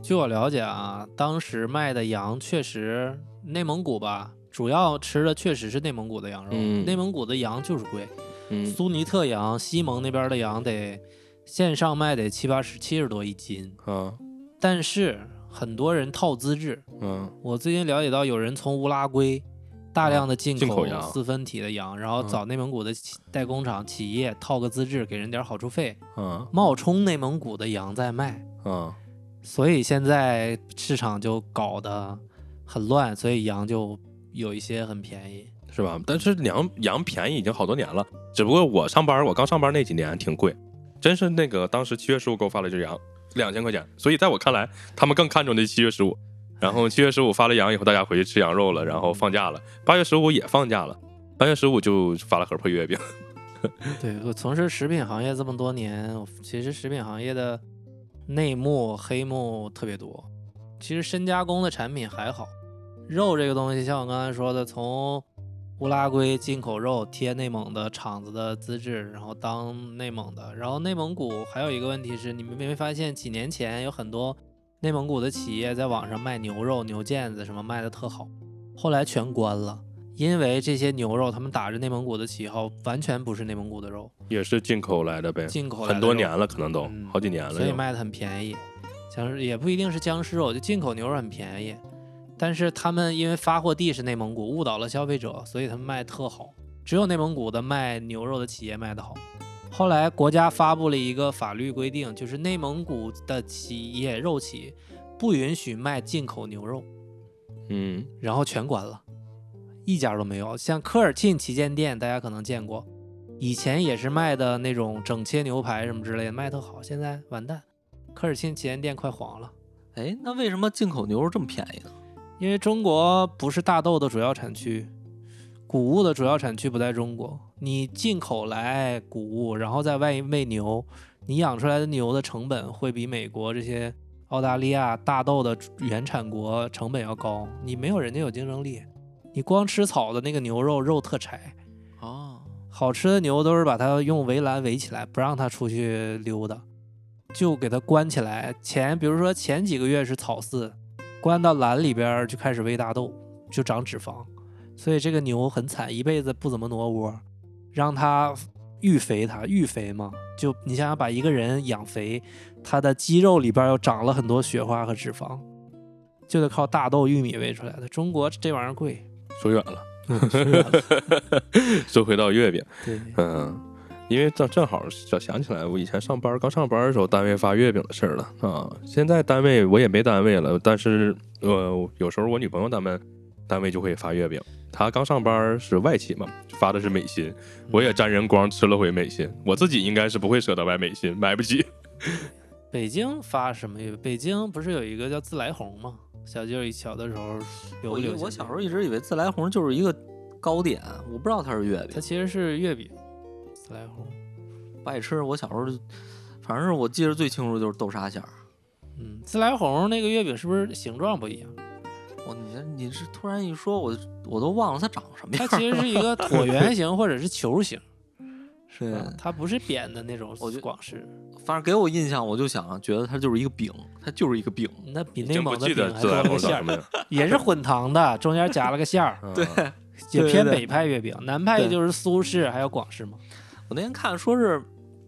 Speaker 1: 据我了解啊，当时卖的羊确实内蒙古吧，主要吃的确实是内蒙古的羊肉。
Speaker 3: 嗯
Speaker 1: 内蒙古的羊就是贵，
Speaker 3: 嗯
Speaker 1: 苏尼特羊、西蒙那边的羊得线上卖得七八十、七十多一斤，
Speaker 3: 啊，
Speaker 1: 但是很多人套资质。
Speaker 3: 嗯，
Speaker 1: 我最近了解到有人从乌拉圭大量的进
Speaker 3: 进
Speaker 1: 口
Speaker 3: 口羊
Speaker 1: 四分体的羊，然后
Speaker 3: 嗯
Speaker 1: 找内蒙古的企代工厂企业套个资质，给人点好处费，
Speaker 3: 啊，
Speaker 1: 冒充内蒙古的羊在卖。
Speaker 3: 啊，
Speaker 1: 所以现在市场就搞得很乱，所以羊就有一些很便宜。
Speaker 3: 是吧？但是羊羊便宜已经好多年了，只不过我上班，我刚上班那几年挺贵，真是那个当时七月十五给我发了一只羊，两千块钱，所以在我看来，他们更看重这七月十五。然后七月十五发了羊以后，大家回去吃羊肉了，然后放假了，八月十五也放假了，八月十五就发了盒破月饼。
Speaker 1: 对我从事食品行业这么多年，我其实食品行业的内幕黑幕特别多。其实深加工的产品还好，肉这个东西，像我刚才说的，从乌拉圭进口肉贴内蒙的厂子的资质，然后当内蒙的。然后内蒙古还有一个问题是，你们没发现几年前有很多内蒙古的企业在网上卖牛肉、牛腱子什么卖的特好，后来全关了。因为这些牛肉，他们打着内蒙古的旗号，完全不是内蒙古的肉，
Speaker 3: 也是进口来的呗，
Speaker 1: 进口来的
Speaker 3: 很多
Speaker 1: 肉
Speaker 3: 年了，可能都
Speaker 1: 嗯
Speaker 3: 好几年了。
Speaker 1: 所以卖的很便宜。僵尸也不一定是僵尸肉，就进口牛肉很便宜，但是他们因为发货地是内蒙古，误导了消费者，所以他们卖特好。只有内蒙古的卖牛肉的企业卖的好。后来国家发布了一个法律规定，就是内蒙古的企业肉企不允许卖进口牛肉，
Speaker 3: 嗯，
Speaker 1: 然后全关了，一家都没有。像科尔沁旗舰店，大家可能见过，以前也是卖的那种整切牛排什么之类的，卖特好，现在完蛋，科尔沁旗舰店快黄了。
Speaker 2: 哎，那为什么进口牛肉这么便宜呢？
Speaker 1: 因为中国不是大豆的主要产区，谷物的主要产区不在中国。你进口来谷物，然后在外喂牛，你养出来的牛的成本会比美国这些澳大利亚大豆的原产国成本要高，你没有人家有竞争力。你光吃草的那个牛肉，肉特柴，
Speaker 2: 哦，
Speaker 1: 好吃的牛都是把它用围栏围起来，不让它出去溜达，就给它关起来。前比如说前几个月是草饲，关到栏里边儿就开始喂大豆，就长脂肪，所以这个牛很惨，一辈子不怎么挪窝。让它育肥它，育肥嘛，就你想想把一个人养肥，他的肌肉里边儿又长了很多雪花和脂肪，就得靠大豆、玉米喂出来的。中国这玩意儿贵，
Speaker 3: 说远了，
Speaker 1: 对
Speaker 3: 说回到月饼，嗯，因为正正好想想起来，我以前上班刚上班的时候，单位发月饼的事儿了啊。现在单位我也没单位了，但是呃，有时候我女朋友他们单位就会发月饼。她刚上班是外企嘛，发的是美
Speaker 1: 嗯
Speaker 3: 心，我也沾人光吃了回美心。我自己应该是不会舍得买美心，买不起。
Speaker 1: 北京发什么月饼？北京不是有一个叫自来红吗？小舅儿小的时候有
Speaker 2: 我
Speaker 1: 流
Speaker 2: 以
Speaker 1: 行
Speaker 2: 我小时
Speaker 1: 这
Speaker 2: 候
Speaker 1: 个
Speaker 2: 一直以为自来红就是一个糕点，我不知道它是月饼
Speaker 1: 它。其实是月饼，自来红。
Speaker 2: 不爱吃。我小时候就，反正是我记得最清楚就是豆沙馅儿。
Speaker 1: 嗯，自来红那个月饼是不是形状不一
Speaker 2: <laughs>
Speaker 1: 样？
Speaker 2: 我你这你是突然一说，我我都忘了它长什么
Speaker 1: 它
Speaker 2: 样。
Speaker 1: 其实是一个椭圆形或者是球
Speaker 2: <laughs>
Speaker 1: 形，
Speaker 2: 是
Speaker 1: 啊它不是扁的那种
Speaker 2: 我觉
Speaker 1: 广式。
Speaker 2: 嗯反正给我印象，我就想觉得它就是一个饼，它就是一个饼。
Speaker 1: 那比
Speaker 3: 已
Speaker 1: 内
Speaker 3: 经不
Speaker 1: 蒙的
Speaker 3: 记得
Speaker 1: 饼还
Speaker 3: 自
Speaker 1: 多
Speaker 3: 来
Speaker 1: 了
Speaker 3: 红
Speaker 1: 个
Speaker 3: 长
Speaker 1: 馅
Speaker 3: 什么
Speaker 1: 儿，<laughs>
Speaker 3: 样。
Speaker 1: 也是混糖的，中间夹了个馅
Speaker 2: <laughs>
Speaker 1: 儿，
Speaker 3: 嗯
Speaker 2: 对，
Speaker 1: 也
Speaker 2: 对
Speaker 1: 偏
Speaker 2: 对
Speaker 1: 北派月饼。南派
Speaker 2: 对
Speaker 1: 就是苏式还有广式嘛。
Speaker 2: 我那天看说是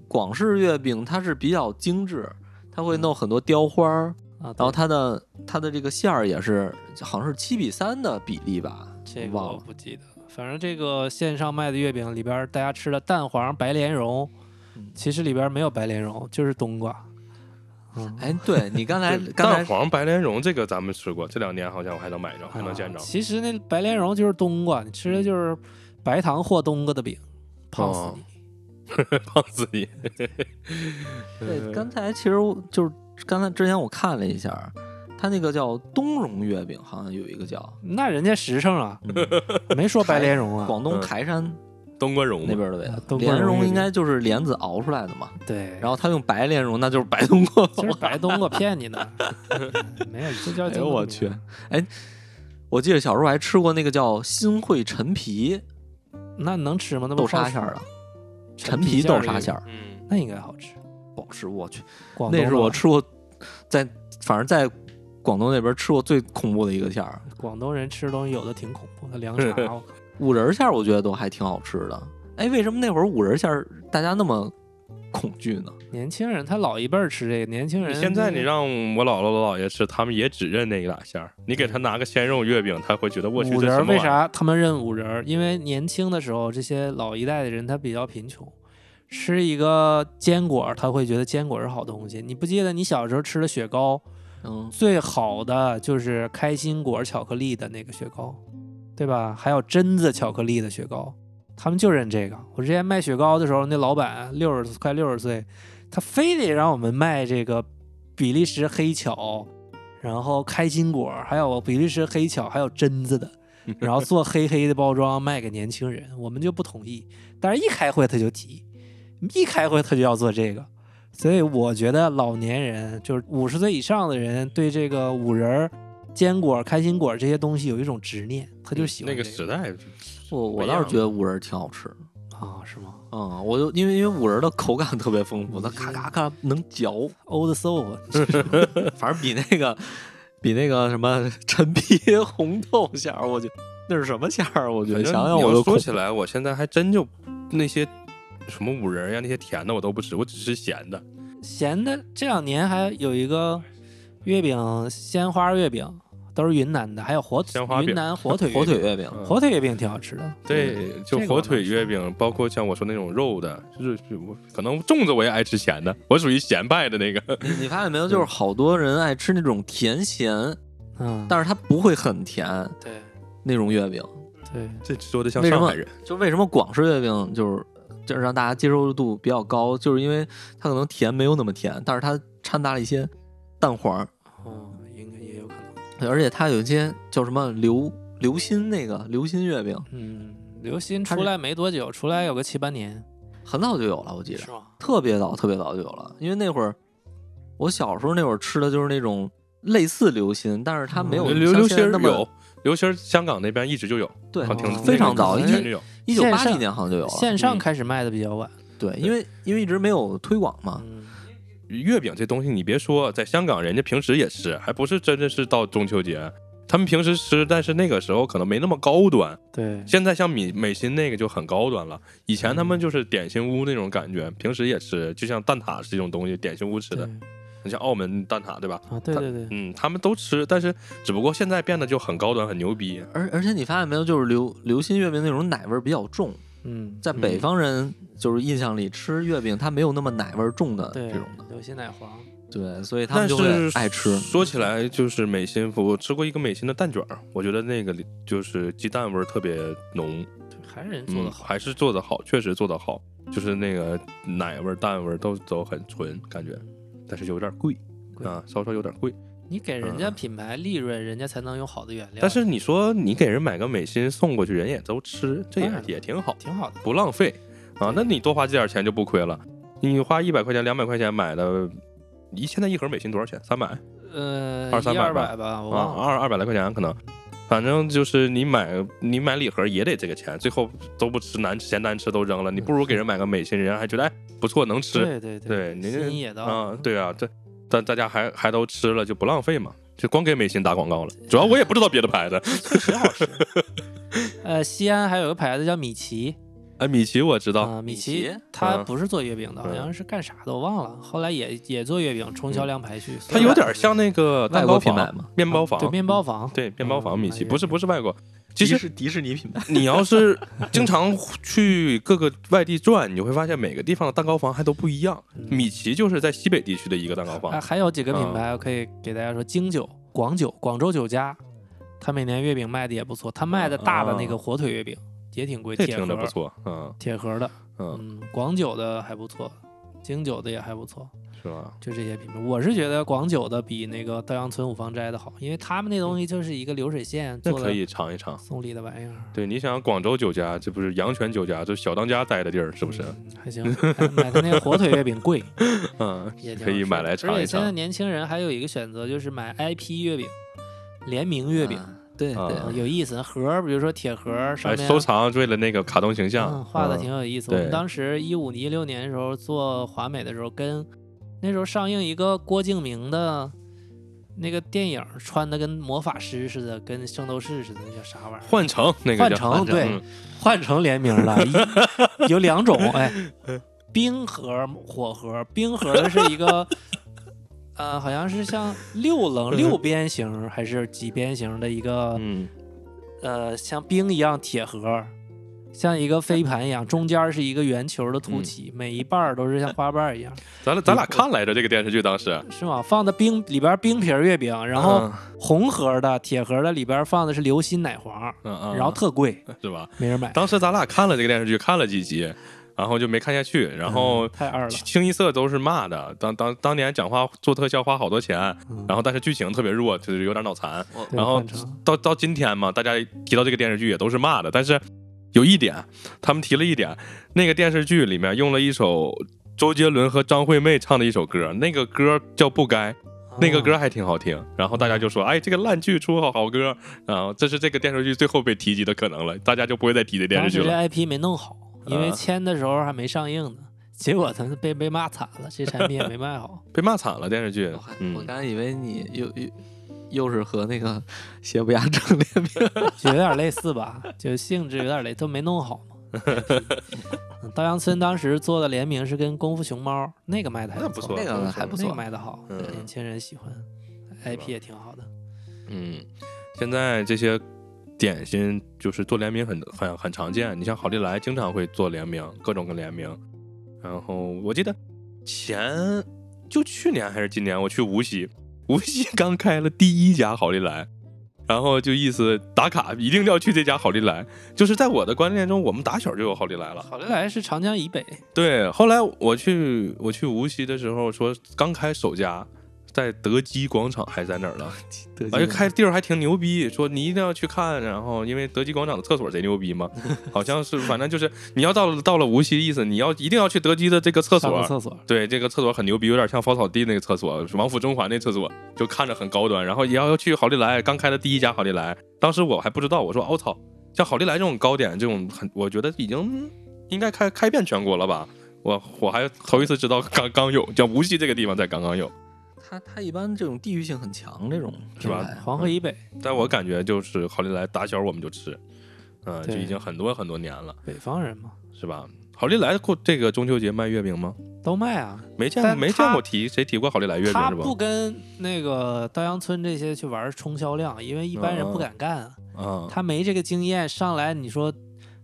Speaker 2: 广式月饼，它是比较精致，它会弄很多雕花儿，
Speaker 1: 啊，
Speaker 2: 然后它的它的这个馅儿也是好像是七比三的比例吧，
Speaker 1: 这个
Speaker 2: 忘
Speaker 1: 我
Speaker 2: 了。
Speaker 1: 不记得，反正这个线上卖的月饼里边儿，大家吃的蛋黄白莲蓉
Speaker 2: 嗯，
Speaker 1: 其实里边儿没有白莲蓉，就是冬瓜。嗯，
Speaker 2: 哎，对你刚才刚
Speaker 3: 蛋
Speaker 2: 才
Speaker 3: 黄白莲蓉这个咱们吃过，这两年好像我还能买着，还能见着
Speaker 1: 啊。其实那白莲蓉就是冬瓜，你
Speaker 2: 嗯
Speaker 1: 吃的就是白糖和冬瓜的饼，哎胖死
Speaker 3: 哦
Speaker 1: 你。
Speaker 3: <laughs> 胖子你，
Speaker 2: 对刚才其实我就是刚才之前我看了一下，它那个叫冬蓉月饼，好像有一个叫。
Speaker 1: 那人家实诚啊，
Speaker 2: 嗯
Speaker 1: <laughs> 没说白莲
Speaker 2: <laughs>
Speaker 1: 蓉啊。
Speaker 2: 广东
Speaker 3: 嗯
Speaker 2: 台山
Speaker 3: 冬瓜蓉
Speaker 2: 那
Speaker 3: 嘛，
Speaker 2: 边的味
Speaker 1: 啊
Speaker 2: 道，
Speaker 1: 冬瓜
Speaker 2: 莲
Speaker 1: 蓉月
Speaker 2: 蓉
Speaker 1: 饼
Speaker 2: 应该就是莲子熬出来的嘛，
Speaker 1: 对，
Speaker 2: 然后他用白莲蓉，那就是白冬 <laughs> 瓜。
Speaker 1: 就是白冬瓜骗
Speaker 2: <laughs>
Speaker 1: 你呢，没有，这叫
Speaker 2: 哎
Speaker 1: 叫
Speaker 2: 呦我去！ <laughs> 哎，我记得小时候还吃过那个叫新会陈皮
Speaker 1: 那能吃吗？那不
Speaker 2: 豆沙
Speaker 1: 泡
Speaker 2: 馅儿的
Speaker 1: 水，，
Speaker 2: 陈皮豆沙馅
Speaker 1: 儿
Speaker 2: 儿
Speaker 3: 嗯，
Speaker 1: 那应该好吃。
Speaker 2: 不好吃，我去，
Speaker 1: 广东
Speaker 2: 那是我
Speaker 1: 吧
Speaker 2: 吃过在反正在广东那边吃过最恐怖的一个馅儿。
Speaker 1: 广东人吃东西有的挺恐怖
Speaker 2: <laughs>
Speaker 1: 的，凉茶我靠
Speaker 2: 五仁馅儿我觉得都还挺好吃的。哎，为什么那会儿五仁馅儿大家那么恐惧呢？
Speaker 1: 年轻人他老一辈儿吃这个，年轻人
Speaker 3: 现在你
Speaker 1: 这个
Speaker 3: 让我姥姥姥姥爷吃，他们也只认那一俩馅儿。你给他拿个鲜肉月饼，他会觉得我去
Speaker 1: 五
Speaker 3: 这
Speaker 1: 仁
Speaker 3: 什
Speaker 1: 儿
Speaker 3: 么
Speaker 1: 为
Speaker 3: 玩意儿？嗯
Speaker 1: 啥他们认五仁儿？因为年轻的时候这些老一代的人他比较贫穷，吃一个坚果儿他会觉得坚果儿是好东西。你不记得你小时候吃的雪糕，
Speaker 2: 嗯，
Speaker 1: 最好的就是开心果巧克力的那个雪糕，对吧？还有榛子巧克力的雪糕，他们就认这个。我之前卖雪糕的时候，那老板六十快六十岁，他非得让我们卖这个比利时黑巧，然后开心果，还有比利时黑巧，还有榛子的，然后做黑黑的包装卖给年轻人，我们就不同意。但是一开会他就提，一开会他就要做这个。所以我觉得老年人，就是五十岁以上的人，对这个五仁儿、坚果、开心果这些东西有一种执念，他就喜欢、
Speaker 3: 嗯那
Speaker 1: 这
Speaker 3: 个时代，
Speaker 2: 我
Speaker 3: 不
Speaker 2: 我
Speaker 3: 一
Speaker 2: 倒
Speaker 3: 样
Speaker 2: 是觉得五仁挺好吃的。
Speaker 1: 啊，是吗
Speaker 2: 嗯，我就因为因为五仁的口感特别丰富，
Speaker 1: 嗯
Speaker 2: 它咔咔咔能嚼，
Speaker 1: ？Old soul，
Speaker 2: 反正比那个比那个什么陈皮红豆馅儿，我觉得那是什么馅儿？啊我觉得
Speaker 3: 反正
Speaker 2: 想想
Speaker 3: 你
Speaker 2: 我
Speaker 3: 要
Speaker 2: 都恐
Speaker 3: 说起来，我现在还真就那些什么五仁呀、那些甜的我都不吃，我只吃咸的。
Speaker 1: 咸的这两年还有一个月饼，鲜花月饼，都是云南的，还有火
Speaker 3: 鲜花饼
Speaker 1: 云南火腿
Speaker 2: 火腿
Speaker 1: 月
Speaker 2: 月饼，
Speaker 1: 饼火腿月饼挺好吃的，
Speaker 3: 对，就
Speaker 1: 嗯这个
Speaker 3: 火
Speaker 1: 我能
Speaker 3: 腿月饼，包括像我说那种肉的，就是就是我可能粽子我也爱吃咸的，我属于咸派的那个。 <laughs>
Speaker 2: 你你发现没有？就是好多人爱吃那种甜咸，
Speaker 1: 嗯，
Speaker 2: 但是它不会很甜
Speaker 1: 对
Speaker 2: 那种月饼。
Speaker 1: 对，
Speaker 3: 这说的像
Speaker 2: 为什
Speaker 3: 上
Speaker 2: 么
Speaker 3: 海人，？
Speaker 2: 就为什么广式月饼就是就是让大家接受度比较高，就是因为它可能甜没有那么甜，但是它掺杂了一些蛋黄，
Speaker 1: 哦，应该也有可能，
Speaker 2: 对而且它有一些叫什么流流心那个流心月饼，
Speaker 1: 嗯，刘鑫
Speaker 2: 它
Speaker 1: 出
Speaker 2: 是
Speaker 1: 来没多久，出来有个七八年，
Speaker 2: 很早就有了，我记得
Speaker 1: 是吗？
Speaker 2: 特别早特别早就有了，因为那会儿我小时候那会儿吃的就是那种类似流心，但是它没有
Speaker 1: 嗯
Speaker 3: 刘
Speaker 2: 像
Speaker 3: 刘心
Speaker 2: 现在
Speaker 3: 儿
Speaker 2: 那么
Speaker 3: 有，刘心儿香港那边一直就有，
Speaker 2: 对哦
Speaker 3: 好挺
Speaker 2: 非
Speaker 3: 那
Speaker 2: 常
Speaker 3: 个
Speaker 2: 早，
Speaker 3: 以
Speaker 2: 一
Speaker 3: 前就有。
Speaker 2: 一九
Speaker 1: 线
Speaker 2: 八几
Speaker 1: 上
Speaker 2: 年好像就有了，
Speaker 1: 线上
Speaker 3: 嗯
Speaker 1: 开始卖的比较晚，
Speaker 2: 对，因为因为一直没有推广嘛，
Speaker 1: 嗯，
Speaker 3: 月饼这东西，你别说，在香港人家平时也吃，还不是真的是到中秋节，他们平时吃，但是那个时候可能没那么高端。
Speaker 1: 对，
Speaker 3: 现在像米美心那个就很高端了，以前他们就是点心屋那种感觉，平时也吃，就像蛋挞这种东西，点心屋吃
Speaker 1: 对
Speaker 3: 的，你像澳门蛋挞对吧？
Speaker 1: 啊，对
Speaker 3: 它
Speaker 1: 对对，
Speaker 3: 嗯，他们都吃，但是只不过现在变得就很高端、很牛逼。
Speaker 2: 而而且你发现没有，就是流流心月饼那种奶味儿比较重，
Speaker 1: 嗯，
Speaker 2: 在北方人就是印象里吃月饼，它没有那么奶味儿重的
Speaker 1: 对
Speaker 2: 这种的，
Speaker 1: 流心奶黄，
Speaker 2: 对，所以他
Speaker 3: 但
Speaker 2: 们
Speaker 3: 是
Speaker 2: 就会爱吃。
Speaker 3: 说起来，就是美心，我吃过一个美心的蛋卷儿，我觉得那个里就是鸡蛋味儿特别浓，
Speaker 1: 对还是人做
Speaker 3: 嗯，
Speaker 1: 的好，
Speaker 3: 还是做的好，确实做的好，就是那个奶味儿、蛋味儿都都很纯，感觉，但是有点贵
Speaker 1: 贵
Speaker 3: 啊，稍稍有点贵。
Speaker 1: 嗯你给人家品牌利润，人家才能有好的原料，
Speaker 3: 嗯但是你说你给人买个美心送过去，人也都吃，这
Speaker 1: 当
Speaker 3: 也
Speaker 1: 然
Speaker 3: 也挺好，
Speaker 1: 挺好的，
Speaker 3: 不浪费啊
Speaker 1: 对。
Speaker 3: 那你多花这点钱就不亏了，你花一百块钱、两百块钱买的。一现在一盒美心多少钱？三百，
Speaker 1: 呃，
Speaker 3: 二三
Speaker 1: 一
Speaker 3: 百
Speaker 1: 二
Speaker 3: 吧
Speaker 1: 百吧，我
Speaker 3: 啊
Speaker 1: 忘，了，
Speaker 3: 二二百来块钱可能，反正就是你买你买礼盒也得这个钱，最后都不吃难嫌难吃都扔了，你不如给人买个美心，人家还觉得哎不错能吃，
Speaker 1: 对对
Speaker 3: 对，您这
Speaker 1: 心意也到
Speaker 3: 啊
Speaker 1: 了，，
Speaker 3: 对啊，这但大家还还都吃了就不浪费嘛，就光给美心打广告了，主要我也不知道别的牌子，
Speaker 1: 确实好
Speaker 3: <laughs>
Speaker 1: 吃。呃，西安还有个牌子叫米奇
Speaker 3: 哎，米奇我知道，
Speaker 1: 啊、米
Speaker 2: 米
Speaker 1: 奇
Speaker 2: 奇
Speaker 1: 他
Speaker 3: 嗯
Speaker 1: 不是做月饼的，好
Speaker 3: 嗯
Speaker 1: 像是干啥的，我忘了。后来也也做月饼，冲销量排序。
Speaker 3: 它有点像那个
Speaker 2: 外
Speaker 3: 蛋糕
Speaker 2: 国品
Speaker 3: 房、
Speaker 2: 牌嘛，
Speaker 3: 面包房，
Speaker 1: 嗯对面包房，
Speaker 3: 对面包房
Speaker 1: 嗯
Speaker 3: 米奇，
Speaker 1: 哎
Speaker 3: 不是
Speaker 1: 呀
Speaker 3: 不是外国。其实
Speaker 2: 是迪士尼品牌，
Speaker 3: 你要是经常去各个外地转，你会发现每个地方的蛋糕房还都不一样。
Speaker 1: 嗯哎
Speaker 3: 米嗯奇就是在西北地区的一个蛋糕
Speaker 1: 还
Speaker 3: 房，
Speaker 1: 还有几个品牌我可以给大家说，京酒、广酒、广州酒家，他每年月饼卖的也不错，他卖的大的那个火腿月饼也挺贵，
Speaker 3: 哦这
Speaker 1: 铁
Speaker 3: 听
Speaker 1: 盒
Speaker 3: 着不错，嗯
Speaker 1: 哎铁盒的，
Speaker 3: 嗯，
Speaker 1: 嗯，广酒的还不错，京酒的也还不错。
Speaker 3: 是吧？
Speaker 1: 就这些品牌，我是觉得广酒的比那个稻香村五芳斋的好，因为他们那东西就是一个流水线
Speaker 3: 嗯那
Speaker 1: 做
Speaker 3: 可
Speaker 1: 的
Speaker 3: 以尝一尝。
Speaker 1: 送礼的玩意儿，
Speaker 3: 对，你想广州酒家，这不是阳泉酒家，这小当家待的地儿，是不是？啊
Speaker 1: 嗯还行，还买他那个火腿月饼贵，
Speaker 3: 嗯，
Speaker 1: 也挺好
Speaker 3: 可以
Speaker 1: 吃
Speaker 3: 买来
Speaker 1: 而
Speaker 3: 尝
Speaker 1: 且
Speaker 3: 一
Speaker 1: 现在
Speaker 3: 尝。
Speaker 1: 年轻人还有一个选择就是买 IP 月饼、联名月饼，
Speaker 2: 对
Speaker 3: 啊
Speaker 2: 对
Speaker 1: 嗯有意思。盒儿比如说铁盒儿上
Speaker 3: 哎，
Speaker 1: 面
Speaker 3: 收藏为了那个卡通形象，
Speaker 1: 嗯，画的挺有意思。
Speaker 3: 嗯
Speaker 1: 我们
Speaker 3: 对
Speaker 1: 当时一五一六年的时候做华美的时候，跟那时候上映一个郭敬明的那个电影，穿的跟魔法师似的，跟圣斗士似的，那叫啥玩意儿？
Speaker 3: 幻城嗯那个
Speaker 1: 幻
Speaker 3: 叫
Speaker 1: 城对，幻城联名
Speaker 3: <laughs>
Speaker 1: 了，一有两种哎，冰盒、火盒。冰盒是一个， <laughs> 呃，好像是像六棱六边形还是几边形的一个，
Speaker 3: 嗯，
Speaker 1: 呃，像冰一样铁盒，像一个飞盘一样，中间是一个圆球的凸
Speaker 3: 嗯
Speaker 1: 起，每一瓣儿都是像花瓣儿一样，
Speaker 3: 咱俩咱
Speaker 1: 嗯
Speaker 3: 俩看来着这个电视剧，当时，
Speaker 1: 是吗？放的冰里边冰皮儿月饼，然后
Speaker 3: 嗯
Speaker 1: 红盒的、铁盒的里边放的是流心奶黄，
Speaker 3: 嗯嗯，
Speaker 1: 然后特贵，
Speaker 3: 是吧？
Speaker 1: 没人买，
Speaker 3: 当时咱俩看了这个电视剧，看了几集，然后就没看下去，然后。
Speaker 1: 太二了。
Speaker 3: 清一色都是骂的，当当当年讲话做特效花好多钱，然后但是剧情特别弱，就是有点脑残。
Speaker 1: 对
Speaker 3: 然后
Speaker 1: 嗯换成
Speaker 3: 到到今天嘛，大家提到这个电视剧也都是骂的，但是有一点，啊他们提了一点，那个电视剧里面用了一首周杰伦和张惠妹唱的一首歌，那个歌叫《不该》，那
Speaker 1: 哦
Speaker 3: 个歌还挺好听。然后大家就说：“哎，这个烂剧出好好歌。”然后这是这个电视剧最后被提及的可能了，大家就不会再提这电
Speaker 1: 当
Speaker 3: 视
Speaker 1: 时
Speaker 3: 剧
Speaker 1: 这
Speaker 3: 了。
Speaker 1: IP 没弄好，因为
Speaker 3: 啊
Speaker 1: 签的时候还没上映呢，结果他被被骂惨了，这产品也没卖
Speaker 3: <laughs>
Speaker 1: 好。
Speaker 3: 被骂惨了电视剧
Speaker 2: 我还，我
Speaker 3: 嗯，
Speaker 2: 刚才以为你又又又是和那个邪不压正联名，
Speaker 1: 就有点类似吧，就性质有点类，都没弄好嘛。
Speaker 3: <laughs>
Speaker 1: 嗯稻香村当时做的联名是跟功夫熊猫那个卖的还
Speaker 3: 那
Speaker 1: 不
Speaker 3: 不
Speaker 1: 错，
Speaker 3: 错，
Speaker 2: 那个还不
Speaker 1: 那
Speaker 2: 错
Speaker 1: 个卖的好，
Speaker 3: 嗯
Speaker 1: 年轻人喜欢
Speaker 3: 吧
Speaker 1: ，IP 也挺好的。
Speaker 3: 嗯，现在这些点心就是做联名很很很常见，你像好利来经常会做联名，各种各联名。然后我记得前就去年还是今年，我去无锡，无锡 <laughs> 刚开了第一家好利来，然后就意思打卡一定要去这家好利来，就是在我的观念中，我们打小就有好利来了。
Speaker 1: 好利来是长江以北，
Speaker 3: 对，后来我去我去无锡的时候，说刚开首家在德基广场还在哪儿呢？
Speaker 2: 德
Speaker 3: 而且
Speaker 2: 基
Speaker 3: 开地儿还挺牛逼，说你一定要去看。然后因为德基广场的厕所贼牛逼
Speaker 1: <laughs>
Speaker 3: 嘛，好像是，反正就是你要到了到了无锡，意思你要一定要去德基的这个厕
Speaker 1: 上
Speaker 3: 所
Speaker 1: 个。厕所，
Speaker 3: 对，这个厕所很牛逼，有点像芳草地那个厕所，是王府中环那厕所，就看着很高端。然后也要去好利来，刚开的第一家好利来，当时我还不知道，我说我哦操，像好利来这种糕点，这种很，我觉得已经应该开开遍全国了吧。我我还头一次知道刚刚有，叫无锡这个地方才刚刚有。
Speaker 2: 它它一般这种地域性很强，这种
Speaker 3: 是吧
Speaker 2: 品牌
Speaker 1: 哎黄河以北。
Speaker 3: 但我感觉就是好利来打小我们就吃，嗯、就
Speaker 1: 对
Speaker 3: 已经很多很多年了，
Speaker 1: 北方人嘛，
Speaker 3: 是吧？好利来过这个中秋节卖月饼吗？
Speaker 1: 都卖啊。
Speaker 3: 没见过，
Speaker 1: 但
Speaker 3: 没
Speaker 1: 他
Speaker 3: 见过提谁提过好利来月饼
Speaker 1: 他
Speaker 3: 是吧
Speaker 1: 不？跟那个稻香村这些去玩冲销量，因为一般人
Speaker 3: 哦
Speaker 1: 不敢干啊，
Speaker 3: 啊，
Speaker 1: 他没这个经验。上来你说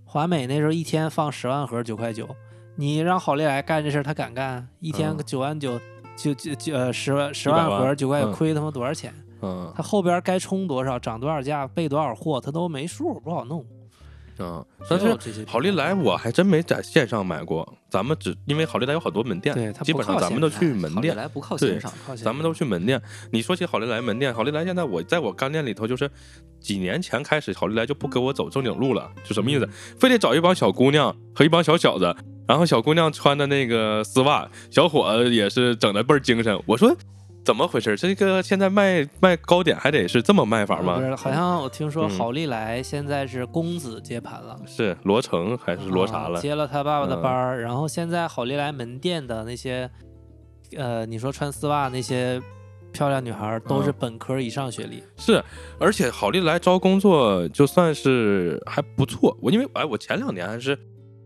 Speaker 1: 华美那时候一天放十万盒九块九，你让好利来干这事儿，他敢干？一天
Speaker 3: 嗯
Speaker 1: 九万九。就就就呃十万十
Speaker 3: 100
Speaker 1: 万
Speaker 3: 万
Speaker 1: 盒九块九
Speaker 3: 嗯
Speaker 1: 亏他妈多少钱？
Speaker 3: 嗯
Speaker 1: 他后边该冲多少涨多少价备多少货，他都没数，不好弄。
Speaker 3: 嗯，但
Speaker 1: 只有
Speaker 3: 是
Speaker 1: 这些品牌
Speaker 3: 好利来我还真没在线上买过，咱们只因为好利来有很多门店
Speaker 1: 对，他
Speaker 3: 基
Speaker 1: 不
Speaker 3: 本上
Speaker 1: 靠
Speaker 3: 咱们
Speaker 1: 线
Speaker 3: 都
Speaker 1: 上
Speaker 3: 去门
Speaker 2: 好利
Speaker 3: 店，
Speaker 2: 来不靠
Speaker 3: 对
Speaker 2: 线上，
Speaker 1: 靠线
Speaker 3: 咱们都去门店。你说起好利来门店，好利来现在我在我干店里头，就是几年前开始，好利来就不给我走正经路了，就什么意思？非得找一帮小姑娘和一帮小小子，然后小姑娘穿的那个丝袜，小伙子也是整的倍儿精神。我说怎么回事？这个现在卖卖糕点还得是这么卖法
Speaker 1: 不
Speaker 3: 吗？
Speaker 1: 是，好像我听说
Speaker 3: 嗯
Speaker 1: 好利来现在是公子接盘了，
Speaker 3: 是罗成还是罗啥
Speaker 1: 啊
Speaker 3: 了？
Speaker 1: 接了他爸爸的
Speaker 3: 嗯
Speaker 1: 班儿，然后现在好利来门店的那些，呃，你说穿丝袜那些漂亮女孩儿都是
Speaker 3: 嗯
Speaker 1: 本科以上学历，
Speaker 3: 是，而且好利来招工作就算是还不错。我因为哎，我前两年还是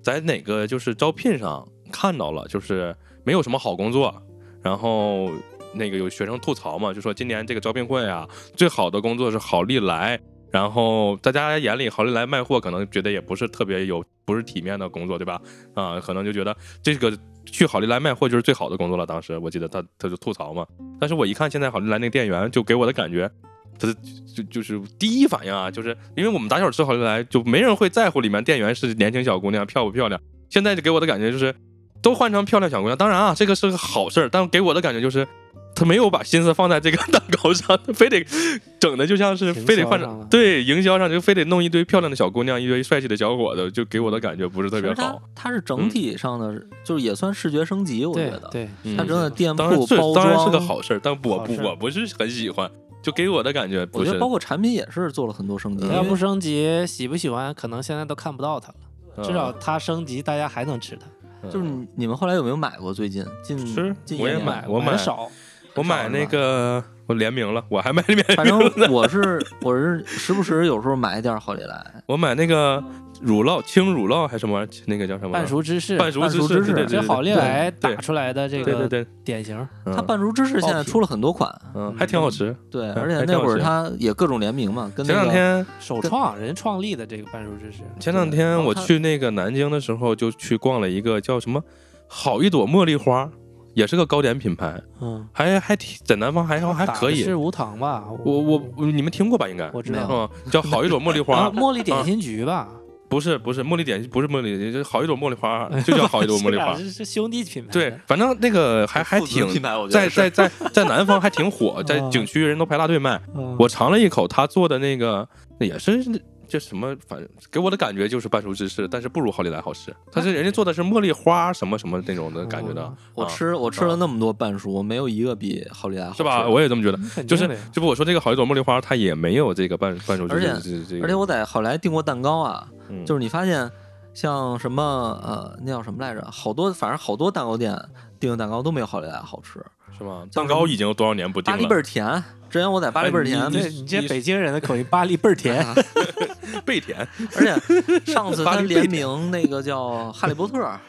Speaker 3: 在哪个就是招聘上看到了，就是没有什么好工作，然后那个有学生吐槽嘛，就说今年这个招聘会啊，最好的工作是好利来。然后在大家眼里，好利来卖货可能觉得也不是特别有，不是体面的工作，对吧？啊、可能就觉得这个去好利来卖货就是最好的工作了。当时我记得他他就吐槽嘛，但是我一看现在好利来那个店员，就给我的感觉，他就就是第一反应啊，就是因为我们打小吃好利来，就没人会在乎里面店员是年轻小姑娘漂不漂亮。现在就给我的感觉就是，都换成漂亮小姑娘。当然啊，这个是个好事儿，但给我的感觉就是。他没有把心思放在这个 <laughs> 蛋糕上，他非得整的就像是
Speaker 1: 营
Speaker 3: 非得换
Speaker 1: 销上
Speaker 3: 成
Speaker 1: 了
Speaker 3: <laughs> 对营销上就非得弄一堆漂亮的小姑娘，一堆帅气的小伙子，就给我的感觉不是特
Speaker 2: 其
Speaker 3: 别
Speaker 2: 实
Speaker 3: 好
Speaker 2: 它。它是整体上的，就是也算视觉升级，我觉
Speaker 1: 对
Speaker 2: 得。
Speaker 1: 对，
Speaker 3: 嗯
Speaker 2: 它整个店
Speaker 3: 当然
Speaker 2: 铺
Speaker 3: 是
Speaker 2: 包装，
Speaker 3: 当然是个好事儿，但我
Speaker 1: 好
Speaker 3: 不
Speaker 1: 事儿
Speaker 3: 我不是很喜欢，就给我的感觉
Speaker 2: 我
Speaker 3: 不
Speaker 2: 觉
Speaker 3: 是
Speaker 2: 得包括产品也是做了很多升级。
Speaker 1: 要不升级喜不喜欢，可能现在都看不到它了，
Speaker 3: 嗯
Speaker 1: 至少它升级大家还能吃它，
Speaker 3: 嗯
Speaker 2: 就是你你们后来有没有买过？最近近
Speaker 3: 吃
Speaker 2: 近一
Speaker 3: 我也
Speaker 2: 年
Speaker 3: 买我
Speaker 1: 买的
Speaker 3: 买
Speaker 1: 少，
Speaker 3: 我买那个我联名了，我还买联
Speaker 2: 反
Speaker 3: 名，
Speaker 2: 正我是我是时不时有时候买一点好利来，
Speaker 3: <laughs> 我买那个乳酪轻乳酪还是什么玩意儿，那个叫什么
Speaker 1: 半熟芝士，
Speaker 3: 嗯半熟
Speaker 2: 半
Speaker 3: 芝
Speaker 2: 熟芝
Speaker 3: 对
Speaker 2: 士
Speaker 3: 对
Speaker 1: 这
Speaker 3: 对，
Speaker 1: 好利来
Speaker 3: 对
Speaker 1: 打出来的这
Speaker 3: 对对
Speaker 1: 个
Speaker 3: 对，
Speaker 1: 典型儿，
Speaker 3: 嗯
Speaker 2: 它啊半熟芝士现在出了很多款，
Speaker 3: 嗯还挺好吃。
Speaker 2: 对，
Speaker 3: 嗯
Speaker 2: 而且
Speaker 3: 还挺
Speaker 2: 那
Speaker 3: 好
Speaker 2: 会儿
Speaker 3: 吃
Speaker 2: 它也各种联名嘛，跟
Speaker 3: 前
Speaker 2: 嗯那
Speaker 3: 两
Speaker 2: 个
Speaker 3: 天
Speaker 1: 首创人创立的这个半熟芝士，
Speaker 3: 前两天我去那个南京的时候，就去逛了一个叫什么“好一朵茉莉花”，也是个糕点品牌，
Speaker 1: 嗯，
Speaker 3: 还还挺在南方还还
Speaker 1: 打的
Speaker 3: 可以。
Speaker 1: 是无糖吧？
Speaker 3: 我我我你们听过吧？应该
Speaker 1: 我知道
Speaker 2: 没有
Speaker 3: 嗯，叫好一朵茉莉
Speaker 1: 啊
Speaker 3: 花，
Speaker 1: 茉莉点心局吧，
Speaker 3: 不是不是茉莉点，不是茉莉点，就是好一朵茉莉
Speaker 1: <laughs>
Speaker 3: 花，就叫好一朵茉莉花
Speaker 1: 这。俩是是兄弟品牌。
Speaker 3: 对，，反正那个还还
Speaker 2: <laughs>
Speaker 3: 挺
Speaker 2: 牌，我
Speaker 3: 在在在在南方还挺
Speaker 1: <laughs>
Speaker 3: 火，在
Speaker 1: 啊
Speaker 3: 景区人都排大队卖。
Speaker 1: 嗯、
Speaker 3: 我尝了一口他做的那个，那也是这什么，反正给我的感觉就是半熟芝士，但是不如好利来好吃。但是人家做的是茉莉花什么什么那种的感觉的
Speaker 1: 哦，
Speaker 2: 我
Speaker 3: 啊
Speaker 2: 吃我吃了那么多半熟，没有一个比好利来好
Speaker 3: 是吧？
Speaker 2: 吃
Speaker 3: 我也这么觉得。
Speaker 1: 肯定
Speaker 3: 就是
Speaker 1: 的呀
Speaker 3: 就不我说这个好一朵茉莉花，它也没有这个半半熟芝
Speaker 2: 而且
Speaker 3: 士这这个，
Speaker 2: 而且我在好利来订过蛋糕啊，
Speaker 3: 嗯
Speaker 2: 就是你发现像什么呃那叫什么来着，好多反正好多蛋糕店订的蛋糕都没有好利来好吃，
Speaker 3: 是吗？嗯
Speaker 2: 叫
Speaker 3: 蛋
Speaker 2: 什
Speaker 3: 糕
Speaker 2: 么
Speaker 3: 已经多少年不定
Speaker 2: 巴
Speaker 3: 了？
Speaker 2: 黎倍儿甜。之前我在巴黎倍儿甜，
Speaker 3: 哎
Speaker 1: 对你这北京人的口音，巴黎倍儿甜。
Speaker 3: <laughs> 贝
Speaker 2: <laughs>
Speaker 3: 甜，
Speaker 2: 而且上次
Speaker 3: 巴
Speaker 2: 他
Speaker 3: 黎贝
Speaker 2: 联
Speaker 3: 甜
Speaker 2: 名那个叫《哈利波特》
Speaker 1: 啊，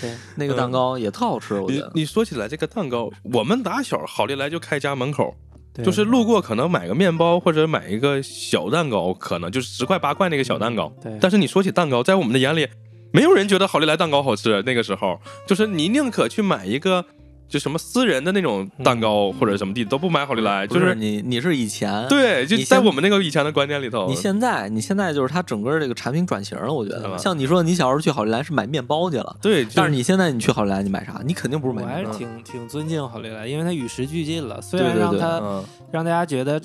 Speaker 1: 对，
Speaker 3: <laughs>
Speaker 2: 那个蛋糕也特好吃，我
Speaker 3: 嗯
Speaker 2: 觉
Speaker 3: 你
Speaker 2: 得。
Speaker 3: 你说起来这个蛋糕，我们打小好利来就开家门口，
Speaker 4: 对
Speaker 3: 就是路过可能买个面包或者买一个小蛋糕，可能就是十块八块那个小蛋糕。
Speaker 1: 嗯
Speaker 4: 对
Speaker 3: 但是你说起蛋糕，在我们的眼里，没有人觉得好利来蛋糕好吃。那个时候，就是你宁可去买一个就什么私人的那种蛋糕或者什么地，都不买好利来。
Speaker 2: 不
Speaker 3: 就是是
Speaker 2: 你你是以前，
Speaker 3: 对，就
Speaker 2: 你
Speaker 3: 在
Speaker 2: 现
Speaker 3: 我们那个以前的观念里头，
Speaker 2: 你现在你现在就是它整个这个产品转型了，我觉
Speaker 3: 是吧
Speaker 2: 得像你说你小时候去好利来是买面包去了，
Speaker 3: 对，就
Speaker 2: 但是你现在你去好利来你买啥？你肯定不是
Speaker 1: 我
Speaker 2: 买
Speaker 1: 还
Speaker 2: 面
Speaker 1: 是
Speaker 2: 包。
Speaker 1: 挺挺尊敬好利来，因为它与时俱进了，虽
Speaker 2: 对
Speaker 1: 然
Speaker 2: 对
Speaker 1: 让
Speaker 2: 对
Speaker 1: 它
Speaker 3: 嗯，
Speaker 1: 让大家觉得